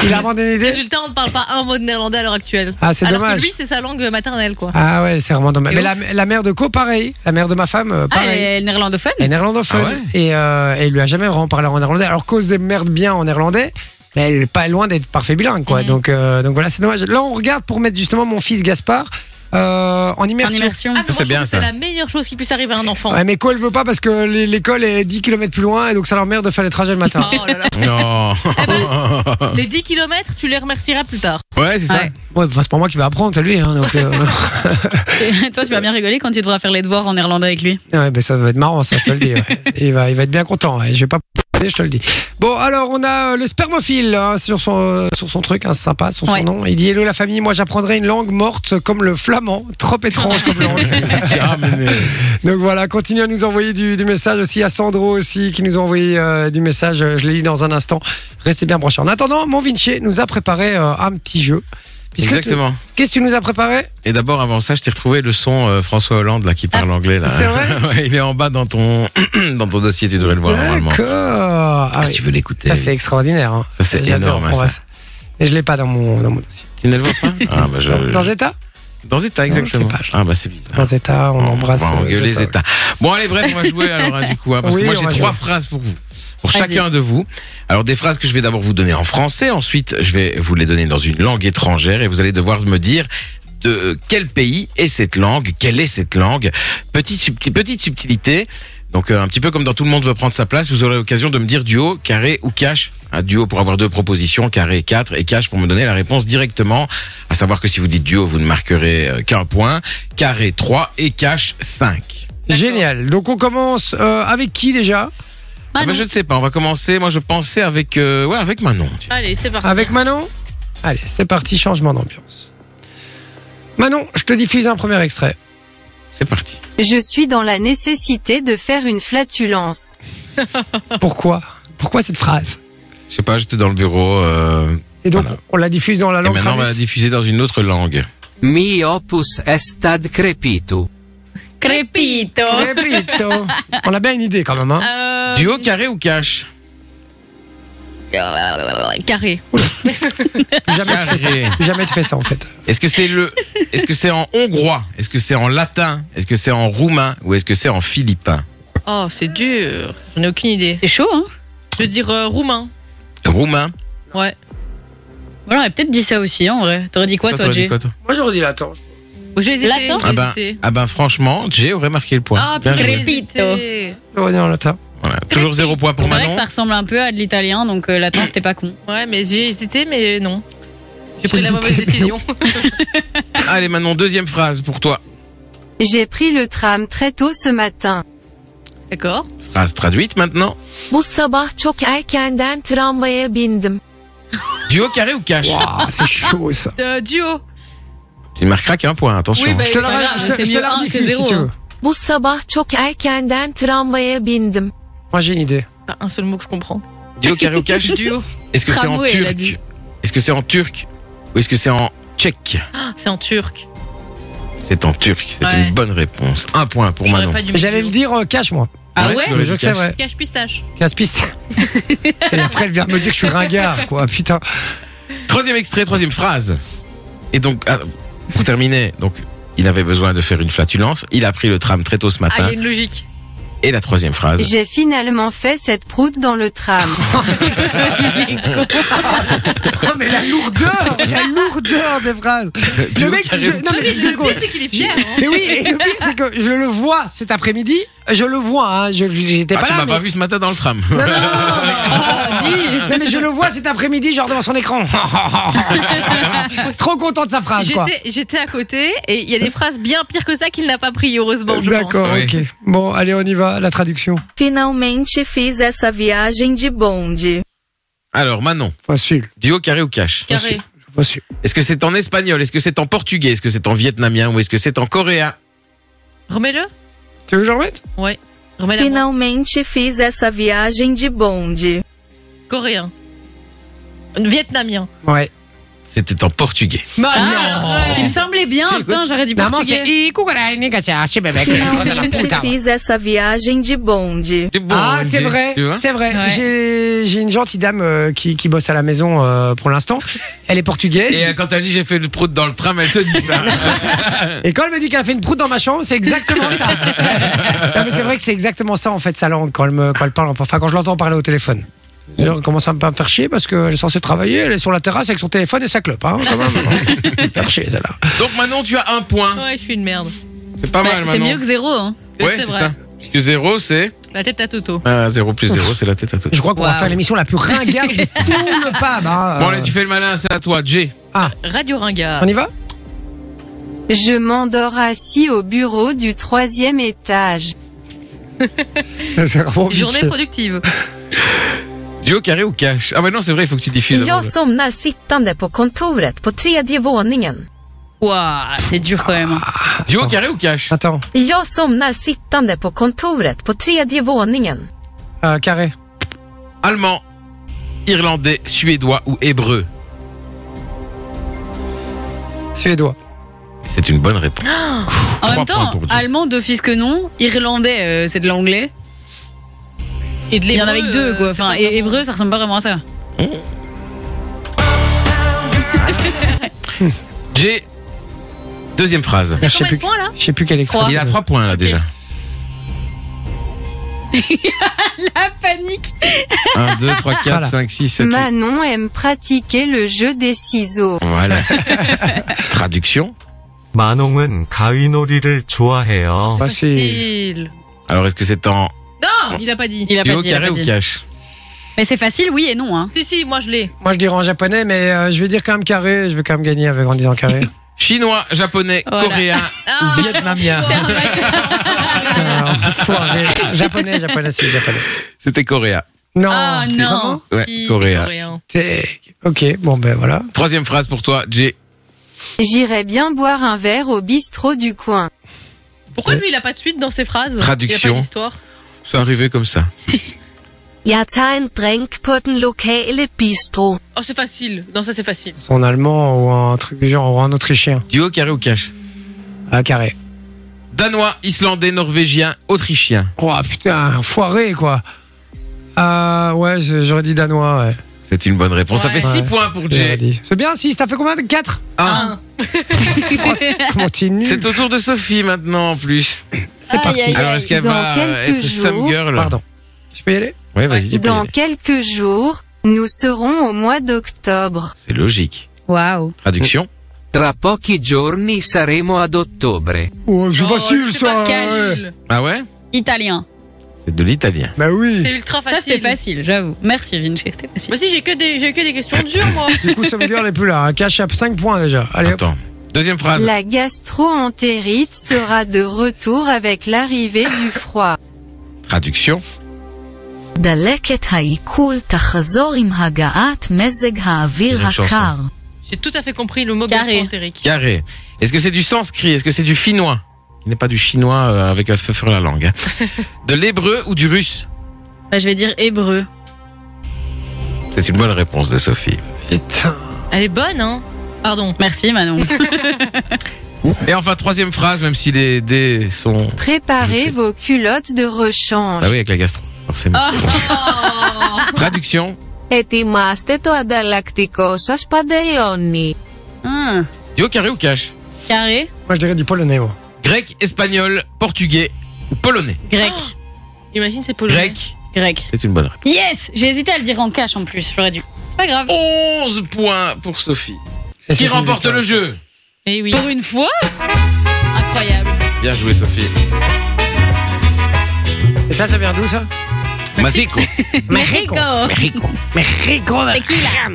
S1: il a abandonné l'idée
S5: Résultat, on ne parle pas un mot de néerlandais à l'heure actuelle.
S1: Ah, c'est
S5: Alors
S1: dommage.
S5: que lui, c'est sa langue maternelle, quoi.
S1: Ah ouais, c'est vraiment dommage.
S5: C'est
S1: Mais la, la mère de Co, pareil. La mère de ma femme, euh,
S3: Ah,
S1: pareil.
S3: les néerlandophones
S1: Elle est néerlandophone.
S6: Ah ouais
S1: et, euh, et elle lui a jamais vraiment parlé en néerlandais. Alors, cause des merdes bien en néerlandais, mais elle est pas loin d'être parfait bilingue, quoi. Donc, euh, donc voilà, c'est dommage. Là, on regarde pour mettre justement mon fils Gaspard euh, en
S3: en
S1: immersion.
S3: immersion.
S5: Ah, mais moi,
S6: c'est
S5: je trouve
S6: bien,
S5: que
S6: ça.
S5: C'est la meilleure chose qui puisse arriver à un enfant.
S1: Ouais, mais quoi, elle veut pas parce que l'é- l'école est 10 km plus loin et donc ça leur merde de faire les trajets le matin.
S5: Oh *laughs* là là.
S6: Non.
S5: Eh ben, les 10 km, tu les remercieras plus tard.
S6: Ouais, c'est ça. *laughs*
S3: Ouais.
S1: Ouais, enfin, bah, c'est pas moi qui vais apprendre, c'est lui. Hein, donc, euh,
S3: *laughs* Toi, tu vas bien rigoler quand tu devras faire les devoirs en néerlandais avec lui.
S1: ouais, ben, ça va être marrant, ça, je te le dis. ouais. Il, va, il va être bien content. ouais. Je vais pas p***er, je te le dis. Bon, alors, on a euh, le spermophile hein, sur, son, euh, sur son truc, hein, c'est sympa, sur son
S3: Ouais.
S1: nom. Il dit Hello la famille, moi j'apprendrai une langue morte comme le flamand, trop étrange comme langue.
S6: Ah, mais, mais-
S1: Donc voilà, continuez à nous envoyer du, du message aussi à Sandro aussi qui nous a envoyé euh, du message. Euh, Je l'ai lu dans un instant. Restez bien branchés. En attendant, mon Vinci nous a préparé euh, un petit jeu. Puisque tu-
S6: Exactement.
S1: Qu'est-ce que tu nous as préparé
S6: Et d'abord, avant ça, je t'ai retrouvé le son euh, François Hollande là qui parle anglais là.
S1: Ah, c'est vrai
S6: *laughs* Ouais, Il est en bas dans ton *clears throat* dans ton dossier, tu devrais le voir normalement.
S1: D'accord. Ah
S6: Si
S1: oui.
S6: tu veux l'écouter.
S1: Ça c'est extraordinaire. hein.
S6: Ça, c'est
S1: J'adore.
S6: énorme,
S1: On va
S6: ça.
S1: se- Et je l'ai pas dans mon dans mon dossier.
S6: Tu ne le vois
S1: *laughs*
S6: pas Ah bah je
S1: Dans Zeta
S6: dans Zeta exactement.
S1: pas, je-
S6: Ah bah c'est bizarre.
S1: Dans Zeta, on embrasse.
S6: On va
S1: euh,
S6: engueuler
S1: Zeta.
S6: Zeta. Bon, allez, bref, on va jouer alors, hein, du coup. hein, parce
S1: Oui,
S6: que moi,
S1: on
S6: j'ai
S1: va
S6: trois
S1: jouer.
S6: phrases pour vous. Pour
S3: Vas-y.
S6: chacun de vous. Alors, des phrases que je vais d'abord vous donner en français. Ensuite, je vais vous les donner dans une langue étrangère et vous allez devoir me dire de euh, quel pays est cette langue, quelle est cette langue. Petite, subti- petite subtilité. Donc, euh, un petit peu comme dans Tout le monde veut prendre sa place, vous aurez l'occasion de me dire duo, carré ou cash. Un duo pour avoir deux propositions, carré et 4, et cash pour me donner la réponse directement. À savoir que si vous dites duo, vous ne marquerez euh, qu'un point, carré 3 et cash 5.
S1: Génial. Donc on commence euh, avec qui déjà
S3: Ah
S6: Ah bah,
S3: non.
S6: je ne sais pas, on va commencer. Moi, je pensais avec, euh, ouais, avec Manon. tiens.
S5: Allez, c'est parti.
S1: Avec Manon Allez, c'est parti, changement d'ambiance. Manon, je te diffuse un premier
S5: *laughs*
S1: extrait.
S6: C'est parti.
S8: Je suis dans la nécessité de faire une flatulence.
S1: Pourquoi Pourquoi cette phrase
S6: Je sais pas, j'étais dans le bureau. euh,
S1: Et donc,
S6: Voilà.
S1: on la diffuse dans la
S6: et
S1: langue
S6: maintenant, on va la
S1: traduite.
S6: diffuser dans une autre langue.
S9: Mi opus est crepito.
S3: Crépito.
S1: Repito. Eh, On a bien une idée quand même. Hein.
S5: Euh,
S6: Duo, carré ou cash
S5: Ah, Carré.
S1: Plus jamais, tu fais ça.
S6: Carré.
S1: Plus jamais tu fais ça en fait.
S6: Est-ce que c'est le, est-ce que c'est en hongrois Est-ce que c'est en latin Est-ce que c'est en roumain Ou est-ce que c'est en philippin
S5: Oh, c'est dur. J'en ai aucune idée.
S3: C'est chaud, hein
S5: Je veux dire euh, roumain.
S6: Roumain.
S3: Voilà, on aurait peut-être dit ça aussi, hein, en vrai. T'aurais dit quoi, toi,
S6: t'aurais dit
S3: Jay
S6: quoi, toi
S1: Moi j'aurais dit latin. je crois.
S5: Oh, J'ai hésité.
S3: Latin
S5: j'ai
S6: Ah ben,
S5: hésité.
S6: ah ben franchement, Jay aurait marqué le point.
S5: Ah,
S6: Bien
S5: putain,
S6: joué.
S5: j'ai hésité.
S1: Aurélien Latin.
S6: Voilà. Toujours zéro point
S3: C'est
S6: pour
S3: vrai que
S6: Manon.
S3: ça ressemble un peu à de l'italien, donc euh, latin, c'était pas con.
S5: Ouais, mais j'ai hésité, mais non. J'ai pris la
S1: J'ai
S5: mauvaise
S1: hésité, mais
S5: décision.
S6: Allez Manon, deuxième phrase pour toi.
S8: J'ai pris le tram très tôt ce matin.
S5: *laughs* D'accord.
S6: Phrase traduite maintenant.
S10: Bu sabah çok erkenden tramvaya bindim.
S6: Duo carré ou cash
S1: Waouh, c'est chaud ça.
S5: Euh, duo.
S6: Tu ne marqueras qu'un point, attention.
S5: Oui, bah,
S1: Je te la,
S5: pas grave,
S1: je te-
S5: c'est
S1: je te
S5: mieux
S1: la
S5: un que
S1: rediffuse si
S5: zéro,
S1: tu
S5: hein.
S1: veux.
S10: Bu sabah çok erkenden tramvaya bindim.
S1: Moi j'ai une idée.
S5: Pas un seul mot que je comprends.
S6: Duo carré
S5: *laughs*
S6: ou cash
S5: Duo.
S6: Est-ce que c'est en
S5: Tramway, elle a
S6: turc
S5: dit.
S6: Est-ce que c'est en turc ou est-ce que c'est en tchèque
S5: C'est en turc.
S6: C'est en turc, c'est
S5: Ouais.
S6: une bonne réponse. Un point pour
S5: J'aurais
S6: Manon.
S5: pas dû mettre
S1: J'allais le
S5: duo.
S1: dire euh, cash moi.
S5: Ah
S6: Ouais,
S5: ouais
S6: tu l'aurais
S1: Je jure que
S6: dit
S1: c'est
S6: cash.
S1: vrai.
S5: Cache pistache.
S1: *laughs* Casse-piste. Et après elle vient me dire que je suis ringard quoi, putain.
S6: Troisième extrait, troisième phrase. Et donc, ah, pour terminer, donc il avait besoin de faire une flatulence. Il a pris le tram très tôt ce
S5: Ah, il y
S6: matin.
S5: a une logique.
S6: Et la troisième phrase.
S8: J'ai finalement fait cette proute dans le tram.
S1: Oh mais la lourdeur, la lourdeur des phrases.
S6: Duo
S1: Le mec,
S6: carré
S1: je-
S6: ou
S1: non mais deux secondes.
S5: C'est qu'il est fier. hein.
S1: Mais oui, et le pire c'est que je le vois cet après-midi, je le vois, hein, je- j'étais
S6: Ah,
S1: pas
S6: tu
S1: là.
S6: m'as
S1: mais-
S6: pas vu ce matin dans le tram.
S1: Non, non, non, non, mais-
S5: Ah.
S1: Non, mais je le vois cet après-midi, genre devant son *laughs* écran. Trop content de sa phrase, Ah, quoi.
S5: J'étais- J'étais à côté et il y a des phrases bien pires que ça qu'il n'a pas pris, heureusement. je pense.
S1: D'accord,
S6: pense,
S1: ok. Bon, allez, on y va, la traduction.
S10: Finalmente fiz essa viagem de bonde.
S6: *laughs* Alors Manon,
S1: Facile,
S6: duo carré ou cash
S5: Carré.
S1: facile.
S6: Est-ce que c'est en espagnol Est-ce que c'est en portugais Est-ce que c'est en vietnamien Ou est-ce que c'est en coréen
S5: Remets-le.
S1: Tu veux que je remette
S5: Ouais. Remets-le. à moi.
S10: Finalmente fiz essa viagem de bonde.
S5: Coréen. Vietnamien. Bah,
S1: Ouais.
S6: C'était en portugais.
S3: Ah,
S5: non.
S3: Tu me semblais bien,
S6: Tu sais,
S3: putain,
S6: écoute,
S3: j'aurais dit
S1: Maman,
S3: portugais. Ah,
S1: c'est I Kukura Inigasa, chez bébé.
S10: Finalmente fiz essa viagem de bonde.
S6: Du bon,
S1: Ah, c'est
S6: Jay,
S1: vrai,
S6: tu vois
S1: c'est vrai.
S5: Ouais.
S1: J'ai- J'ai une gentille dame euh, qui, qui bosse à la maison euh, pour l'instant. Elle est portugaise.
S6: Et euh, quand elle dit j'ai fait le prout dans le tram, elle te dit ça.
S1: Et quand elle me dit qu'elle a fait une proute dans ma chambre, c'est exactement
S6: *laughs*
S1: ça. non, mais c'est vrai que c'est exactement ça, en fait, sa langue, quand elle, me, quand elle parle, en- enfin, quand je l'entends parler au téléphone. D'ailleurs, elle commence à me pas me faire chier parce qu'elle est censée travailler, elle est sur la terrasse avec son téléphone et sa clope, hein, quand même.
S6: *laughs*
S1: Me faire chier, celle-là.
S6: *laughs* Donc Manon, tu as un point.
S5: Ouais, je suis une merde.
S6: C'est pas
S3: Bah,
S6: mal
S3: c'est
S6: Manon.
S3: mieux que zéro. Hein.
S5: Que
S6: Ouais,
S5: c'est
S6: c'est
S5: vrai.
S6: ça. Parce que zéro, c'est
S5: La tête à Toto.
S6: Ah, zéro plus zéro, c'est la tête à toi.
S1: Je crois qu'on va
S5: Waouh.
S1: faire l'émission la plus ringarde de tout le pub, hein.
S6: Bon, allez, tu fais le malin, c'est à toi, Jay.
S5: Radio Ringard.
S1: On
S6: *laughs*
S1: y va
S8: Je m'endors assis au bureau du troisième étage.
S1: Ça, c'est vraiment vite
S5: Journée
S1: fait.
S5: productive.
S6: Duo carré ou cash Ah, mais non, c'est vrai, il faut que tu diffuses. avant
S10: Jag
S6: le-
S10: somnar sittande på kontoret på tredje våningen.
S3: Waouh, c'est dur quand même.
S6: Duo carré ou cash
S1: Attends,
S10: Jag somnar sittande på kontoret på tredje våningen.
S1: euh, carré.
S6: Allemand, irlandais, suédois ou hébreu
S1: Suédois.
S6: C'est une bonne réponse.
S3: En
S6: Trois
S3: même
S6: points
S3: temps,
S6: pour Dieu.
S3: allemand d'office que non, irlandais euh, c'est de l'anglais.
S5: Et de
S3: Il y en a avec
S5: l'hébreu,
S3: deux
S5: euh,
S3: quoi.
S5: c'est
S3: Enfin,
S5: pas
S3: et
S5: vraiment-
S3: hébreu ça ressemble pas vraiment à ça.
S6: Jay, deuxième phrase.
S1: Je sais
S5: Combien de
S1: plus,
S5: points là
S1: je sais plus quel extrait.
S3: Trois.
S6: Il a
S1: c'est.
S6: trois points là déjà.
S3: *laughs* La panique
S6: 1, 2, 3, 4,
S1: Voilà.
S6: 5, 6, 7, 8.
S8: Manon aime pratiquer le jeu des ciseaux.
S6: Voilà. Traduction.
S2: 마농은 가위놀이를 좋아해요.
S1: Facile.
S5: Facile.
S6: Alors, est-ce que c'est en
S5: Non, il a pas dit.
S3: Il a pas
S6: duo
S3: dit. il a
S6: carré
S3: pas
S6: ou
S3: dit.
S6: cash
S3: Mais c'est facile, oui et non. Hein.
S5: Si, si, moi je l'ai.
S1: Moi, je dirais en japonais, mais euh, je vais dire quand même carré. Je vais quand même gagner avec en disant *laughs* carré.
S6: Chinois, japonais,
S3: Voilà.
S6: coréen ou vietnamien
S5: *laughs*
S1: Putain, Euh, enfoiré. japonais, japonais, c'est japonais.
S6: C'était coréen.
S1: Non,
S3: Ah,
S1: c'est
S3: non.
S1: vraiment-
S6: Ouais,
S5: Si, c'est
S6: coréen.
S1: C'est- Ok, bon ben voilà.
S6: Troisième phrase pour toi, Jay.
S8: J'irais bien boire un verre au bistrot du coin.
S5: Pourquoi lui il a pas de suite dans ses phrases Il
S6: Traduction.
S5: a pas d'histoire.
S6: C'est arrivé comme ça.
S10: Jag tar en drink på den lokale bistro.
S5: Oh, c'est facile. Non, ça c'est facile.
S1: C'est en allemand ou un truc du genre, ou un autrichien.
S6: Duo carré ou cash
S1: Ah, carré.
S6: Danois, islandais, norvégien, autrichien.
S1: Oh putain, foiré quoi. Ah ouais, je- j'aurais dit danois, ouais.
S6: C'est une bonne réponse. Ça
S5: Ouais.
S6: fait 6
S1: Ouais.
S6: points pour
S1: J'aurais
S6: Jay.
S1: dit. C'est bien, si, t'as fait combien 4
S6: Un.
S1: *laughs* Continue.
S6: C'est au tour de Sophie maintenant en plus.
S1: C'est parti.
S3: Aïe, aïe,
S6: Alors est-ce qu'elle
S8: Dans
S6: va euh,
S8: quelques
S6: être some
S8: jours-
S6: girl
S1: Pardon. Je peux y aller
S6: Ouais, vas-y, tu peux y
S8: Dans
S6: aller.
S8: quelques jours, nous serons au mois d'octobre.
S6: Ah, C'est logique.
S3: Waouh.
S6: Traduction.
S9: Tra pochi giorni saremo ad ottobre.
S1: Oh, c'est
S5: Oh,
S1: facile
S5: c'est
S1: ça.
S5: pas cash.
S1: ouais.
S6: Ah ouais
S3: Italien.
S6: C'est de l'italien.
S1: Bah oui.
S5: C'est ultra
S3: Ça,
S5: facile.
S3: c'était facile, j'avoue. Merci, Vinci, c'était facile.
S5: Moi aussi, j'ai que des, j'ai que des questions dures, moi.
S1: Du coup, Sommelier n'est plus là. Hein. Cash à 5 points déjà. Allez, hop.
S6: Attends. Deuxième phrase.
S8: La gastro-entérite sera de retour avec l'arrivée du froid.
S6: Traduction.
S11: דלקת העיכול תחזור עם הגעת מזג האוויר
S6: Direct chanson.
S11: הקר.
S5: *laughs* J'ai tout à fait compris le mot
S3: Carré.
S5: gastro-entérique.
S6: Carré. Est-ce que c'est du sanskrit Est-ce que c'est du finnois Il n'est pas du chinois euh, avec un feu sur la langue. hein. De l'hébreu ou du russe
S3: Bah, je vais dire hébreu.
S6: C'est une bonne réponse de Sophie.
S1: Putain.
S5: Elle est bonne, hein Pardon.
S3: Merci, *laughs* Manon.
S6: Et enfin, troisième phrase, même si les dés sont.
S8: Préparez
S6: J'étais-
S8: vos culottes de rechange.
S6: Bah oui, avec la gastro, forcément. *laughs* Traduction.
S11: ετοιμάστε το ανταλλακτικό σας παντελόνι.
S3: Hum,
S6: Duo carré ou cash
S3: carré,
S1: Moi, je dirais du polonais, moi.
S6: Grec, espagnol, portugais ou polonais
S3: grec,
S5: Ah. Imagine, c'est polonais.
S6: Grec,
S3: grec.
S6: c'est une bonne réponse.
S3: Yes J'ai hésité à le dire en cash en plus, j'aurais dû. C'est pas grave.
S6: 11 points pour Sophie.
S1: Et c'est
S6: Qui
S1: une
S6: remporte
S1: victoire.
S6: le jeu
S5: Eh oui.
S3: Pour une fois Incroyable.
S6: Bien joué, Sophie.
S1: Et ça, ça vient d'où ça
S6: Masico.
S3: Mexico
S6: Mexico.
S3: C'est qui là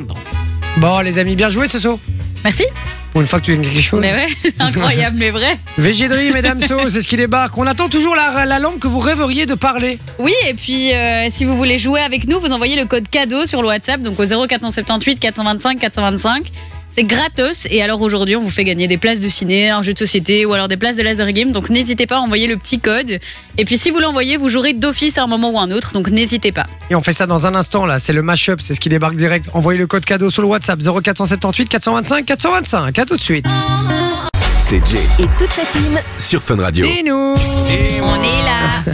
S1: Bon, les amis, bien joué, Soso.
S3: Merci
S1: Pour une fois que tu gagnes quelque chose.
S3: Mais ouais, *laughs* c'est incroyable, mais vrai.
S1: Végédry, mesdames, So, c'est ce qui débarque. On attend toujours la, la langue que vous rêveriez de parler.
S3: Oui, et puis euh, si vous voulez jouer avec nous, vous envoyez le code cadeau sur le WhatsApp, donc au 0478 425 425. C'est gratos. Et alors aujourd'hui, on vous fait gagner des places de ciné, un jeu de société ou alors des places de laser game. Donc n'hésitez pas à envoyer le petit code. Et puis si vous l'envoyez, vous jouerez d'office à un moment ou à un autre. Donc n'hésitez pas.
S1: Et on fait ça dans un instant, là. C'est le mash-up, c'est ce qui débarque direct. Envoyez le code cadeau sur le WhatsApp 0478 425 425. À tout de suite.
S2: C'est Jay
S11: Et toute sa team
S2: sur Fun Radio.
S1: Dis-nous
S3: On est là.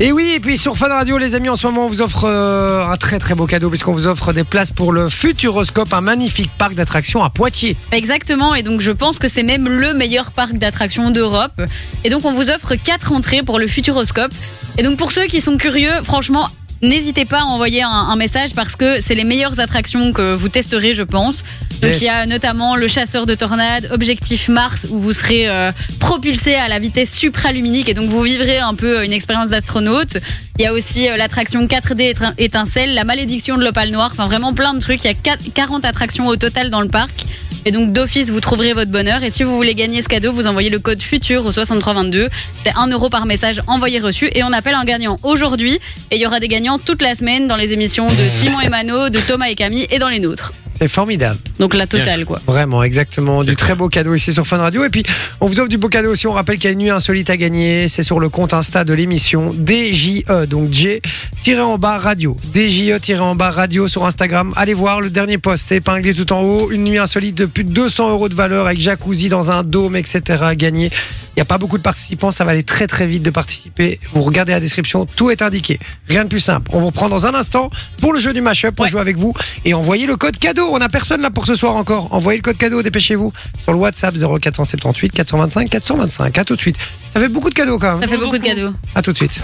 S1: Et oui, et puis sur Fun Radio, les amis, en ce moment, on vous offre euh, un très très beau cadeau, puisqu'on vous offre des places pour le Futuroscope, un magnifique parc d'attractions à Poitiers.
S3: Exactement. Et donc je pense que c'est même le meilleur parc d'attractions d'Europe. Et donc on vous offre quatre entrées pour le Futuroscope. Et donc pour ceux qui sont curieux, franchement, n'hésitez pas à envoyer un, un message parce que c'est les meilleures attractions que vous testerez, je pense. Donc
S1: Yes.
S3: il y a notamment le chasseur de tornades, Objectif Mars, où vous serez euh, propulsé à la vitesse supraluminique et donc vous vivrez un peu euh, une expérience d'astronaute. Il y a aussi euh, l'attraction 4D étrin- étincelle, la malédiction de l'opale noire, enfin vraiment plein de trucs. Il y a quat- 40 attractions au total dans le parc. Et donc d'office, vous trouverez votre bonheur. Et si vous voulez gagner ce cadeau, vous envoyez le code FUTUR au 6322. C'est 1 euro par message envoyé reçu. Et on appelle un gagnant aujourd'hui. Et il y aura des gagnants toute la semaine dans les émissions
S1: Mmh.
S3: de Simon et Mano, de Thomas et Camille et dans les nôtres.
S1: C'est formidable.
S3: Donc la
S6: Bien
S3: totale, quoi.
S1: Vraiment, exactement. Du très beau cadeau ici sur Fun Radio. Et puis, on vous offre du beau cadeau aussi. On rappelle qu'il y a une nuit insolite à gagner. C'est sur le compte Insta de l'émission DJE. Donc, J tiré en bas radio. DJE tiré en bas radio sur Instagram. Allez voir le dernier post. C'est épinglé tout en haut. Une nuit insolite de plus de 200 euros de valeur avec jacuzzi dans un dôme, etc. à gagner. Il n'y a pas beaucoup de participants. Ça va aller très, très vite de participer. Vous regardez la description. Tout est indiqué. Rien de plus simple. On vous reprend dans un instant pour le jeu du mashup pour jouer avec vous et envoyez le code cadeau. On n'a personne là pour ce soir encore. Envoyez le code cadeau, dépêchez-vous sur le WhatsApp 0478 425 425. À tout de suite. Ça fait beaucoup de cadeaux quand
S3: Ça
S1: même.
S3: fait beaucoup de cadeaux.
S1: À tout de suite.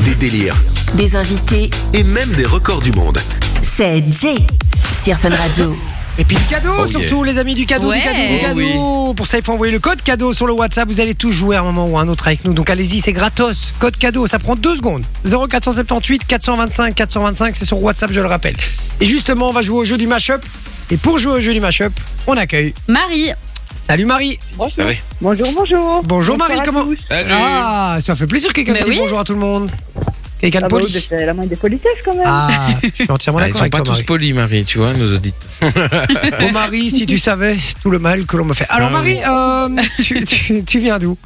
S2: Des délires
S11: Des invités,
S2: et même des records du monde.
S11: c'est Jay sur Fun Radio.
S1: Et puis du cadeau,
S6: Oh yeah.
S1: surtout les amis du cadeau,
S3: Ouais.
S1: du cadeau, du
S6: Oh oui.
S1: cadeau. Pour ça, il faut envoyer le code cadeau sur le WhatsApp. Vous allez tous jouer à un moment ou à un autre avec nous. Donc allez-y, c'est gratos. Code cadeau, ça prend deux secondes. 0478 425 425, c'est sur WhatsApp, je le rappelle. Et justement, on va jouer au jeu du mashup. Et pour jouer au jeu du mashup, on accueille.
S3: Marie, Ah,
S1: Salut Marie.
S6: Ça va
S12: Bonjour, bonjour.
S1: Bonjour Marie, comment
S6: Salut.
S1: Ah, ça fait plaisir quelqu'un
S3: Mais
S1: qui dit
S3: oui.
S1: bonjour à tout le monde. Quelqu'un de
S12: Ah bah, vous
S1: poli.
S12: êtes la moindre des politesses quand même.
S1: Ah, je suis entièrement
S6: Ah, Ils
S1: d'accord
S6: sont
S1: avec
S6: pas
S1: toi,
S6: tous
S1: Marie.
S6: polis, Marie, tu vois, nos auditeurs.
S1: Oh Marie, si tu savais tout le mal que l'on me fait. Alors
S6: Ah,
S1: Marie, euh, tu, tu- tu viens d'où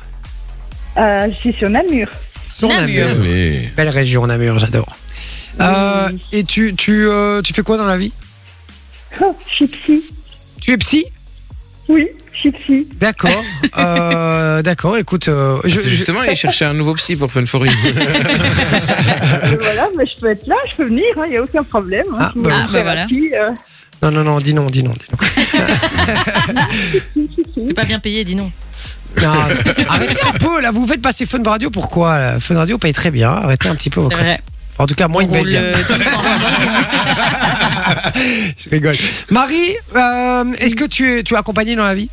S12: Euh, je suis sur Namur.
S1: Sur
S3: Namur.
S1: Namur. Belle région Namur, j'adore. Euh,
S12: Oui.
S1: et tu, tu, euh, tu fais quoi dans la vie
S12: Oh, je suis psy.
S1: Tu es psy
S12: Oui, je suis psy.
S1: D'accord. Euh,
S12: *laughs*
S1: D'accord, écoute. euh,
S3: Ah,
S1: je-
S6: C'est
S1: je-
S6: justement aller chercher un nouveau psy pour Fun
S1: *laughs*
S6: for You.
S12: Et Euh, voilà, mais je peux être là, je peux venir, il n'y a aucun problème. hein.
S1: Ah,
S12: Je me
S1: bah,
S12: fais
S3: Ah, bah, voilà.
S12: thérapie, euh,
S1: Non, non, non, dis non, dis non. Dis
S3: *laughs*
S1: non.
S12: si, si, si.
S5: C'est pas bien payé, dis non.
S1: Non, arrêtez un peu, là, vous faites passer Fun Radio, pourquoi là Fun Radio paye très bien, arrêtez un petit peu vos
S3: c'est vrai.
S1: En tout cas, moi, Oh, il me paye bien. *laughs* Je rigole. Marie, euh, est-ce que tu es, tu es accompagnée dans la vie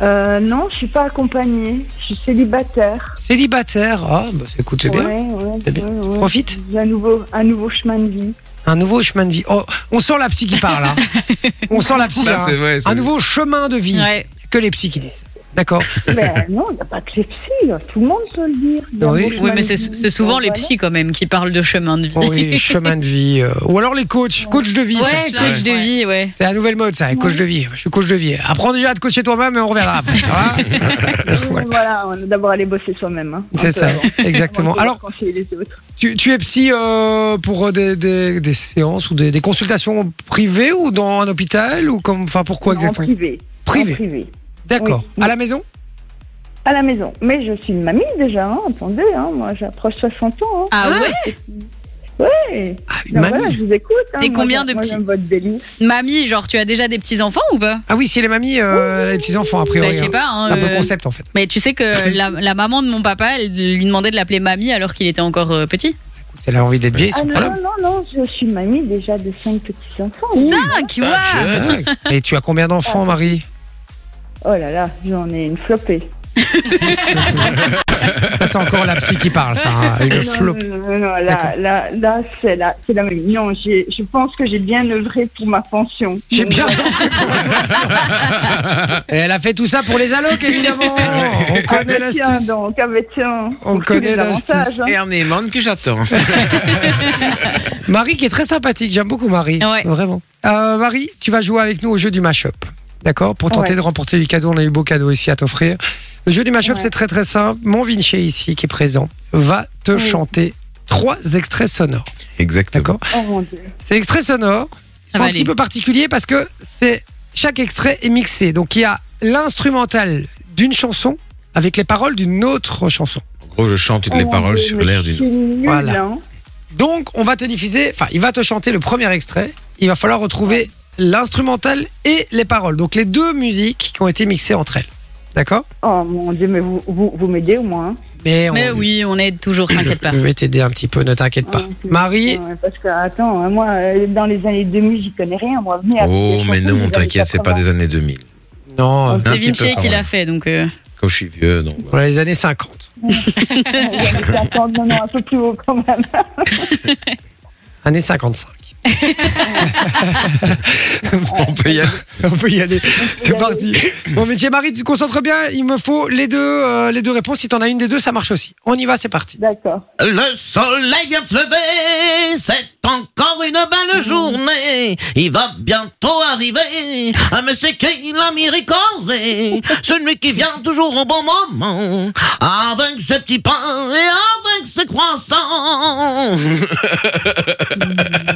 S12: Euh, non, je suis pas accompagnée. Je suis célibataire.
S1: Célibataire Ah, bah, c'est- écoute, c'est bien.
S12: Ouais, ouais,
S1: C'est bien.
S12: ouais, ouais.
S1: Profite.
S12: J'ai Un nouveau, un nouveau chemin de
S1: *laughs*
S12: vie.
S1: Un nouveau chemin de vie. Oh, on sent la psy qui parle. hein. On sent la psy.
S6: Ça,
S1: hein.
S6: Bah, c'est vrai, c'est-
S1: un nouveau chemin de vie.
S12: Ouais.
S1: Que les psys qui disent. D'accord.
S12: Mais Ben, non, il n'y a pas que les psys. Tout le monde peut le dire. Il y a un nouveau
S3: Oui,
S12: chemin
S3: mais
S12: de
S3: c'est
S12: vie. euh,
S3: c'est souvent les psys quand même qui parlent de chemin de vie.
S1: Oh Oui, chemin de vie. euh, Ou alors les coachs. Coach de vie. ça,
S3: Ouais,
S1: c'est-
S3: coach de vie, ouais.
S1: C'est la nouvelle mode, ça. Coach de vie. Je suis coach de vie. Apprends déjà à te coacher toi-même et on reverra après. ça va *laughs*
S12: Voilà. on a d'abord aller bosser soi-même. hein, un
S1: C'est
S12: peu
S1: ça,
S12: avant.
S1: exactement.
S12: Avant
S1: Alors-
S12: de pouvoir conseiller les autres.
S1: tu, tu es psy euh, pour des, des, des séances ou des, des consultations privées ou dans un hôpital ou comme, enfin pourquoi
S12: Non,
S1: exactement
S12: En privé.
S1: Privé.
S12: En privé.
S1: D'accord.
S12: Oui.
S1: À la maison
S12: À la maison. Mais je suis une mamie déjà, hein, attendez, hein, moi j'approche 60 ans. hein.
S3: Ah
S12: ouais Ouais
S1: une
S12: Non,
S1: mamie.
S12: voilà, Je vous écoute. hein,
S3: Et
S12: moi,
S3: combien
S12: j'a-
S3: de
S12: moi,
S3: petits
S12: j'aime votre délire.
S3: Mamie, genre, tu as déjà des petits-enfants ou pas
S1: Ah oui, si elle est mamie, euh, elle a des petits enfants a priori.
S3: Bah, je sais pas, hein,
S1: C'est un peu
S3: euh,
S1: le concept en fait.
S3: Mais tu
S1: *laughs*
S3: sais que la, la maman de mon papa, elle lui demandait de l'appeler mamie alors qu'il était encore euh, petit.
S1: Si elle a envie d'être vieille,
S12: Ah
S1: c'est
S12: non,
S1: pas là.
S12: non, non, non, je suis mamie déjà de 5 petits-enfants.
S3: Cinq,
S12: Ah,
S3: waouh
S1: Ah, Et tu as combien d'enfants, Marie
S12: Oh là là, j'en ai une flopée.
S1: Ça, c'est encore la psy qui parle, ça. hein, Une
S12: Ah Non,
S1: flop.
S12: non, non, non, là, là, là c'est la, c'est la mamie. Non, j'ai- je pense que j'ai bien œuvré pour ma pension.
S1: J'ai
S12: Donc,
S1: bien
S12: voilà. *laughs*
S1: Et elle a fait tout ça pour les allocs, évidemment. On
S12: Ah,
S1: connaît
S12: mais tiens,
S1: l'astuce.
S12: donc, ah, mais tiens,
S1: On
S12: pour tous les
S1: connaît l'astuce.
S12: avantages, hein.
S6: Et un aimant
S1: *laughs*
S6: que j'attends.
S1: Marie qui est très sympathique, j'aime beaucoup Marie.
S3: Ouais.
S1: Vraiment. Euh, Marie, tu vas jouer avec nous au jeu du mashup. D'accord Pour tenter
S12: Ouais.
S1: de remporter du cadeau, on a eu beau cadeau ici à t'offrir. Le jeu du mashup,
S12: Ouais.
S1: c'est très très simple. Mon Vinci ici, qui est présent, va te
S12: Oui.
S1: chanter trois extraits sonores.
S6: Exactement.
S1: D'accord
S12: Oh mon dieu.
S1: Ces extraits sonores
S3: Ça
S1: sont
S3: va
S1: un
S3: aller.
S1: petit peu particuliers parce que c'est chaque extrait est mixé. Donc il y a l'instrumental d'une chanson avec les paroles d'une autre chanson.
S6: En gros, je chante toutes
S12: Oh
S6: les
S12: mon
S6: paroles
S12: Dieu,
S6: sur
S12: mais
S6: l'air
S12: je
S6: du.
S12: suis nulle,
S1: Voilà.
S12: hein.
S1: Donc, on va te diffuser, enfin, il va te chanter le premier extrait. Il va falloir retrouver l'instrumental et les paroles. Donc, les deux musiques qui ont été mixées entre elles. D'accord
S12: Oh mon dieu, mais vous, vous, vous m'aidez au moins. hein.
S1: Mais, on,
S3: Mais oui, Bah. on est toujours, t'inquiète pas.
S1: je vais t'aider un petit peu, ne t'inquiète pas.
S12: Ouais,
S1: Marie,
S12: Ouais, parce que, attends, hein, moi, euh, dans les années 2000, j'y connais rien. Moi, venez avec
S6: Oh,
S12: les
S6: mais
S12: chansons des
S6: non,
S12: années
S6: t'inquiète, c'est pas
S12: 80.
S6: des années 2000.
S1: non,
S6: Un
S3: C'est
S6: petit
S3: Vinci
S6: peu,
S3: qui
S6: ah
S3: l'a
S6: ouais.
S3: fait, donc. euh,
S6: Comme je suis vieux, donc.
S1: on a les années 50.
S12: *laughs* Ouais, attends, non, non, un peu plus haut quand même. *laughs*
S1: Années 55.
S3: *laughs*
S6: On peut y aller.
S1: On peut y aller. C'est parti. Bon, métier Marie, tu te concentres bien. Il me faut les deux, euh, les deux réponses. Si t'en as une des deux, ça marche aussi. On y va, c'est parti.
S12: D'accord.
S2: Le soleil vient de se lever, c'est encore une belle journée. Il va bientôt arriver, à Monsieur Kilami Ricoré, celui qui vient toujours au bon moment, avec ses petits pains et avec ses croissants.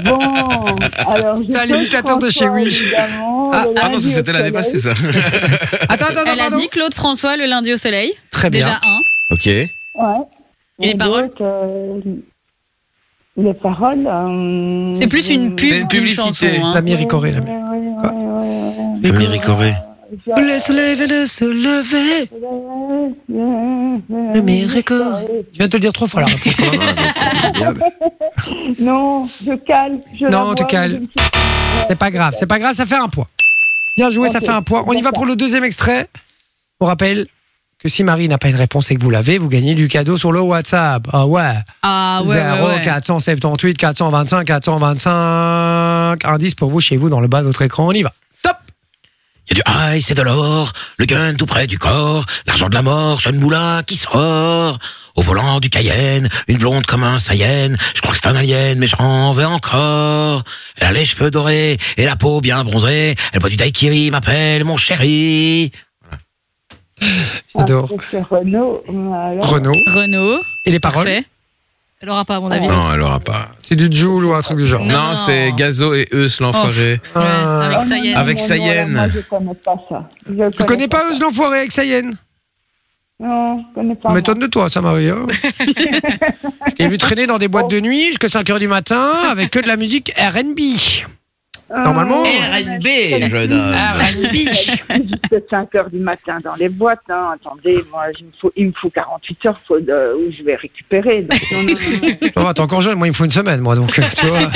S12: Bon, alors je.
S1: T'as
S12: fais
S1: l'imitateur de
S12: François,
S1: chez Wish.
S12: évidemment,
S1: Ah,
S12: le
S6: Ah non,
S12: lundi
S6: ça,
S12: au
S6: c'était l'année passée,
S12: soleil.
S6: ça.
S1: Attends, attends,
S3: Elle a
S1: attends.
S3: dit Claude François le lundi au soleil.
S1: Très Eh bien.
S3: Déjà un.
S6: Ok.
S12: Ouais.
S3: Et les paroles
S12: donc, euh, Les paroles. euh,
S3: C'est plus une pub.
S6: C'est une
S3: qu'une
S6: publicité.
S3: chanson, hein.
S1: La Mireille Corée, la
S12: Ouais,
S1: Mireille.
S12: ouais, ouais, ouais,
S6: Amélie Corée.
S12: ouais.
S1: Laisse lever, laisse lever. Mais record. Je viens de te le dire trois fois la réponse quand
S6: Ah,
S1: *laughs* même.
S6: ben.
S12: Non, je cale. Je
S1: Non,
S12: la vois,
S1: tu cales.
S12: je me suis-
S1: C'est pas grave, c'est pas grave, ça fait un point. Bien joué, ça
S12: Ok,
S1: fait un point. On y va
S12: d'accord.
S1: pour le deuxième extrait. On rappelle que si Marie n'a pas une réponse et que vous l'avez, vous gagnez du cadeau sur le WhatsApp. Ah ouais.
S3: Ah ouais, ouais,
S1: 0
S3: ouais.
S1: 478 425 425. Indice pour vous chez vous dans le bas de votre écran. On y va. Top.
S2: Il y a du aïe, c'est de l'or, le gun tout près du corps, l'argent de la mort, jeune moulin qui sort. Au volant du Cayenne, une blonde comme un Sayenne, je crois que c'est un alien, mais j'en veux encore. Elle a les cheveux dorés et la peau bien bronzée, elle boit du daiquiri, m'appelle mon chéri.
S1: J'adore.
S12: Ah, c'est Renaud. Alors,
S1: Renault.
S3: Renaud.
S1: Et les paroles
S3: Parfait. Elle aura pas, à mon avis.
S6: Non, elle aura pas.
S1: C'est du Joule ou un truc du genre.
S3: Non.
S6: Non, c'est Gazo et eux, l'enfoiré.
S3: Ouais, avec
S12: non,
S3: ça y est.
S12: non,
S6: Avec
S12: non, non,
S6: Sayenne.
S12: alors, Moi, je connais pas ça. Je
S1: Tu connais pas Euse l'enfoiré avec Sayenne
S12: Non, je connais pas.
S1: On m'étonne de toi, ça Marie. hein. je t'ai vu traîner dans des boîtes de nuit jusqu'à 5h du matin avec que de la musique RB. Normalement.
S5: Ah,
S1: Oh.
S12: Ah,
S5: R&B, jeune homme.
S1: Ah,
S12: Peut-être 5 heures du matin dans les boîtes. hein. Attendez, moi, il me faut, il me faut 48 heures faut, euh, où je vais récupérer. Donc, non, non, non.
S1: Oh, t'es encore jeune, moi il me faut une semaine, moi donc. euh, Tu vois.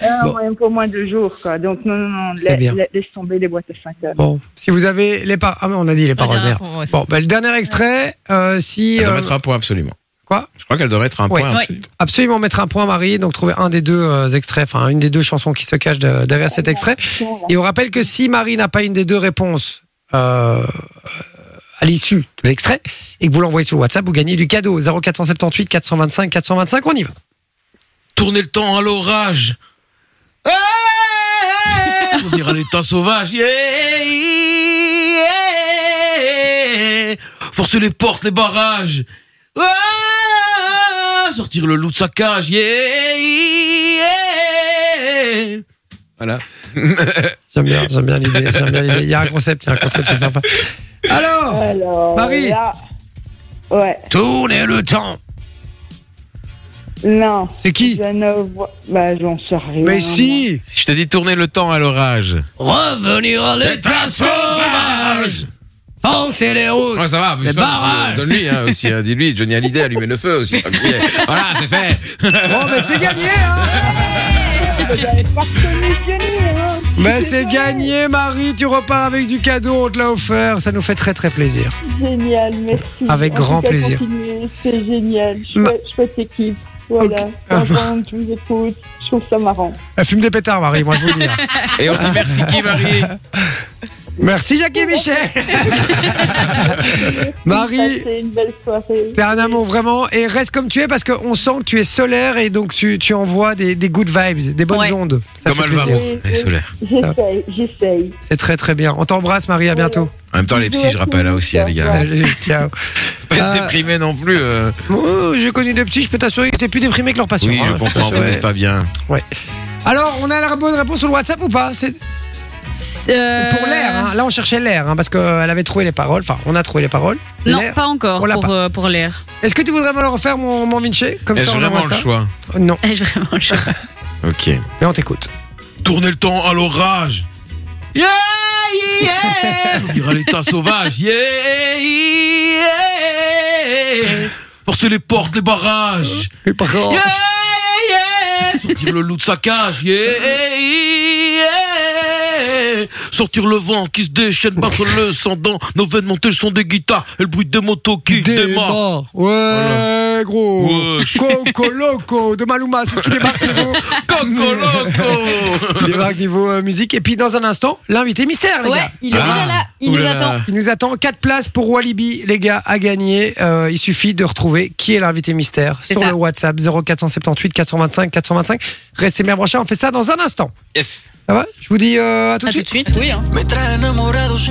S12: Ah, ouais, un peu moins de jours, quoi. Donc, non, non, non,
S1: C'est
S12: la-
S1: bien.
S12: la- laisse tomber les boîtes à 5 heures.
S1: Bon, si vous avez les paroles. Ah, mais on a dit les paroles, merde. Bon, bah, le dernier extrait, euh, si.
S5: Elle doit
S1: euh,
S5: mettre un point absolument.
S1: Quoi
S5: Je crois qu'elle doit mettre un
S1: Ouais.
S5: point.
S1: Ouais.
S5: absolument.
S1: Absolument mettre un point Marie, donc trouver un des deux euh, extraits, enfin une des deux chansons qui se cache de- derrière cet extrait. Et on rappelle que si Marie n'a pas une des deux réponses euh, euh, à l'issue de l'extrait et que vous l'envoyez sur le WhatsApp, vous gagnez du cadeau 0478 425 425. On y va.
S6: Tournez le temps à l'orage. On dirait les temps sauvages. Yeah. Forcer les portes, les barrages. Ah. Sortir le loup de sa cage. Yeah.
S5: Voilà.
S1: J'aime bien, j'aime bien l'idée. j'aime bien l'idée. Il y a un concept, il y a un concept, c'est sympa. Alors,
S6: Marie.
S12: là- Ouais.
S6: Tournez le temps.
S12: Non.
S1: C'est qui
S12: Je ne vois. Bah, j'en sais rien.
S5: Mais
S1: si
S5: Si je te dis tourner le temps à l'orage.
S6: Revenir à l'état sauvage. Forcer les routes.
S5: Ouais, ça va, mais
S6: les
S5: ça,
S6: barrages.
S5: euh, Donne-lui hein, aussi, hein, dis-lui, Johnny Hallyday, allumez le feu
S6: *laughs*
S5: aussi. comme il est. voilà, c'est fait.
S1: Bon, mais c'est gagné, hein.
S12: hein.
S1: Mais c'est gagné, Marie. Tu repars avec du cadeau. On te l'a offert. Ça nous fait très très plaisir.
S12: Génial, merci.
S1: Avec
S12: En
S1: grand
S12: tout cas,
S1: plaisir.
S12: continuez, C'est génial. Chouette, chouette équipe. Voilà. Vraiment, je vous écoute. Je trouve ça marrant.
S1: Elle fume des pétards, Marie. Moi, je vous le dis. hein.
S5: Et on dit merci qui, Marie
S1: Merci, Jackie et Michel. Marie,
S12: Passez une belle soirée.
S1: t'es un amour vraiment. Et reste comme tu es parce qu'on sent que tu es solaire et donc tu, tu envoies des, des good vibes, des bonnes ondes. Ça
S5: Comme
S1: fait plaisir.
S5: Alvaro. Elle est solaire.
S12: J'essaye, j'essaye.
S1: C'est très très bien. On t'embrasse, Marie. À bientôt.
S5: En même temps, les psys, je rappelle, hein, aussi, hein, les gars.
S1: Salut, ciao.
S5: Pas être
S1: Euh,
S5: déprimé non plus. euh.
S1: oh, J'ai connu des petits, je peux t'assurer qu'ils étaient plus déprimés que leur patient.
S5: Oui,
S1: hein,
S5: je
S1: peux
S5: comprends, vous
S1: t'assurer.
S5: n'êtes pas bien.
S1: Alors, on a la bonne réponse sur le WhatsApp ou pas C'est
S3: Euh,
S1: pour l'air. hein. Là, on cherchait l'air hein, parce qu'elle avait trouvé les paroles. Enfin, on a trouvé les paroles.
S3: Non,
S1: L'air.
S3: pas encore
S1: On l'a
S3: pour, euh, pour l'air. *laughs*
S1: Est-ce que tu voudrais me le refaire, mon, mon Vinci Comme
S5: Est-ce
S1: ça, on
S5: vraiment
S1: envoie
S5: le
S1: ça.
S5: choix
S1: Oh, Non,
S3: J'ai Eh, vraiment le choix.
S5: Ok.
S1: mais on t'écoute.
S6: Tournez le temps à l'orage. Yeah, yeah. On dirait l'état sauvage. Yeah, yeah. Forcer les portes, les barrages.
S1: Oh.
S6: Yeah, yeah. Sortir le loup de sa cage. Yeah, yeah. Sortir le vent qui se déchaîne, battre le sang dans nos veines, monter le son des guitares et le bruit des motos qui démarrent.
S1: morts. Ouais, gros.
S6: Wesh.
S1: Coco Loco de Maluma, c'est ce qui débarque niveau,
S6: Coco loco.
S1: qui débarque niveau euh, musique. Et puis, dans un instant, l'invité mystère, les
S3: Ouais,
S1: gars.
S3: il est déjà là. Il nous attend.
S1: Il nous attend 4 places pour Walibi, les gars, à gagner. Euh, il suffit de retrouver qui est l'invité mystère sur
S3: ça.
S1: le WhatsApp 0478 425 425. Restez bien branchés, on fait ça dans un instant.
S5: Yes.
S1: Ça va Je vous dis euh, à tout
S3: À
S1: de suite.
S3: tout de suite, oui. hein.
S13: Me trae enamorado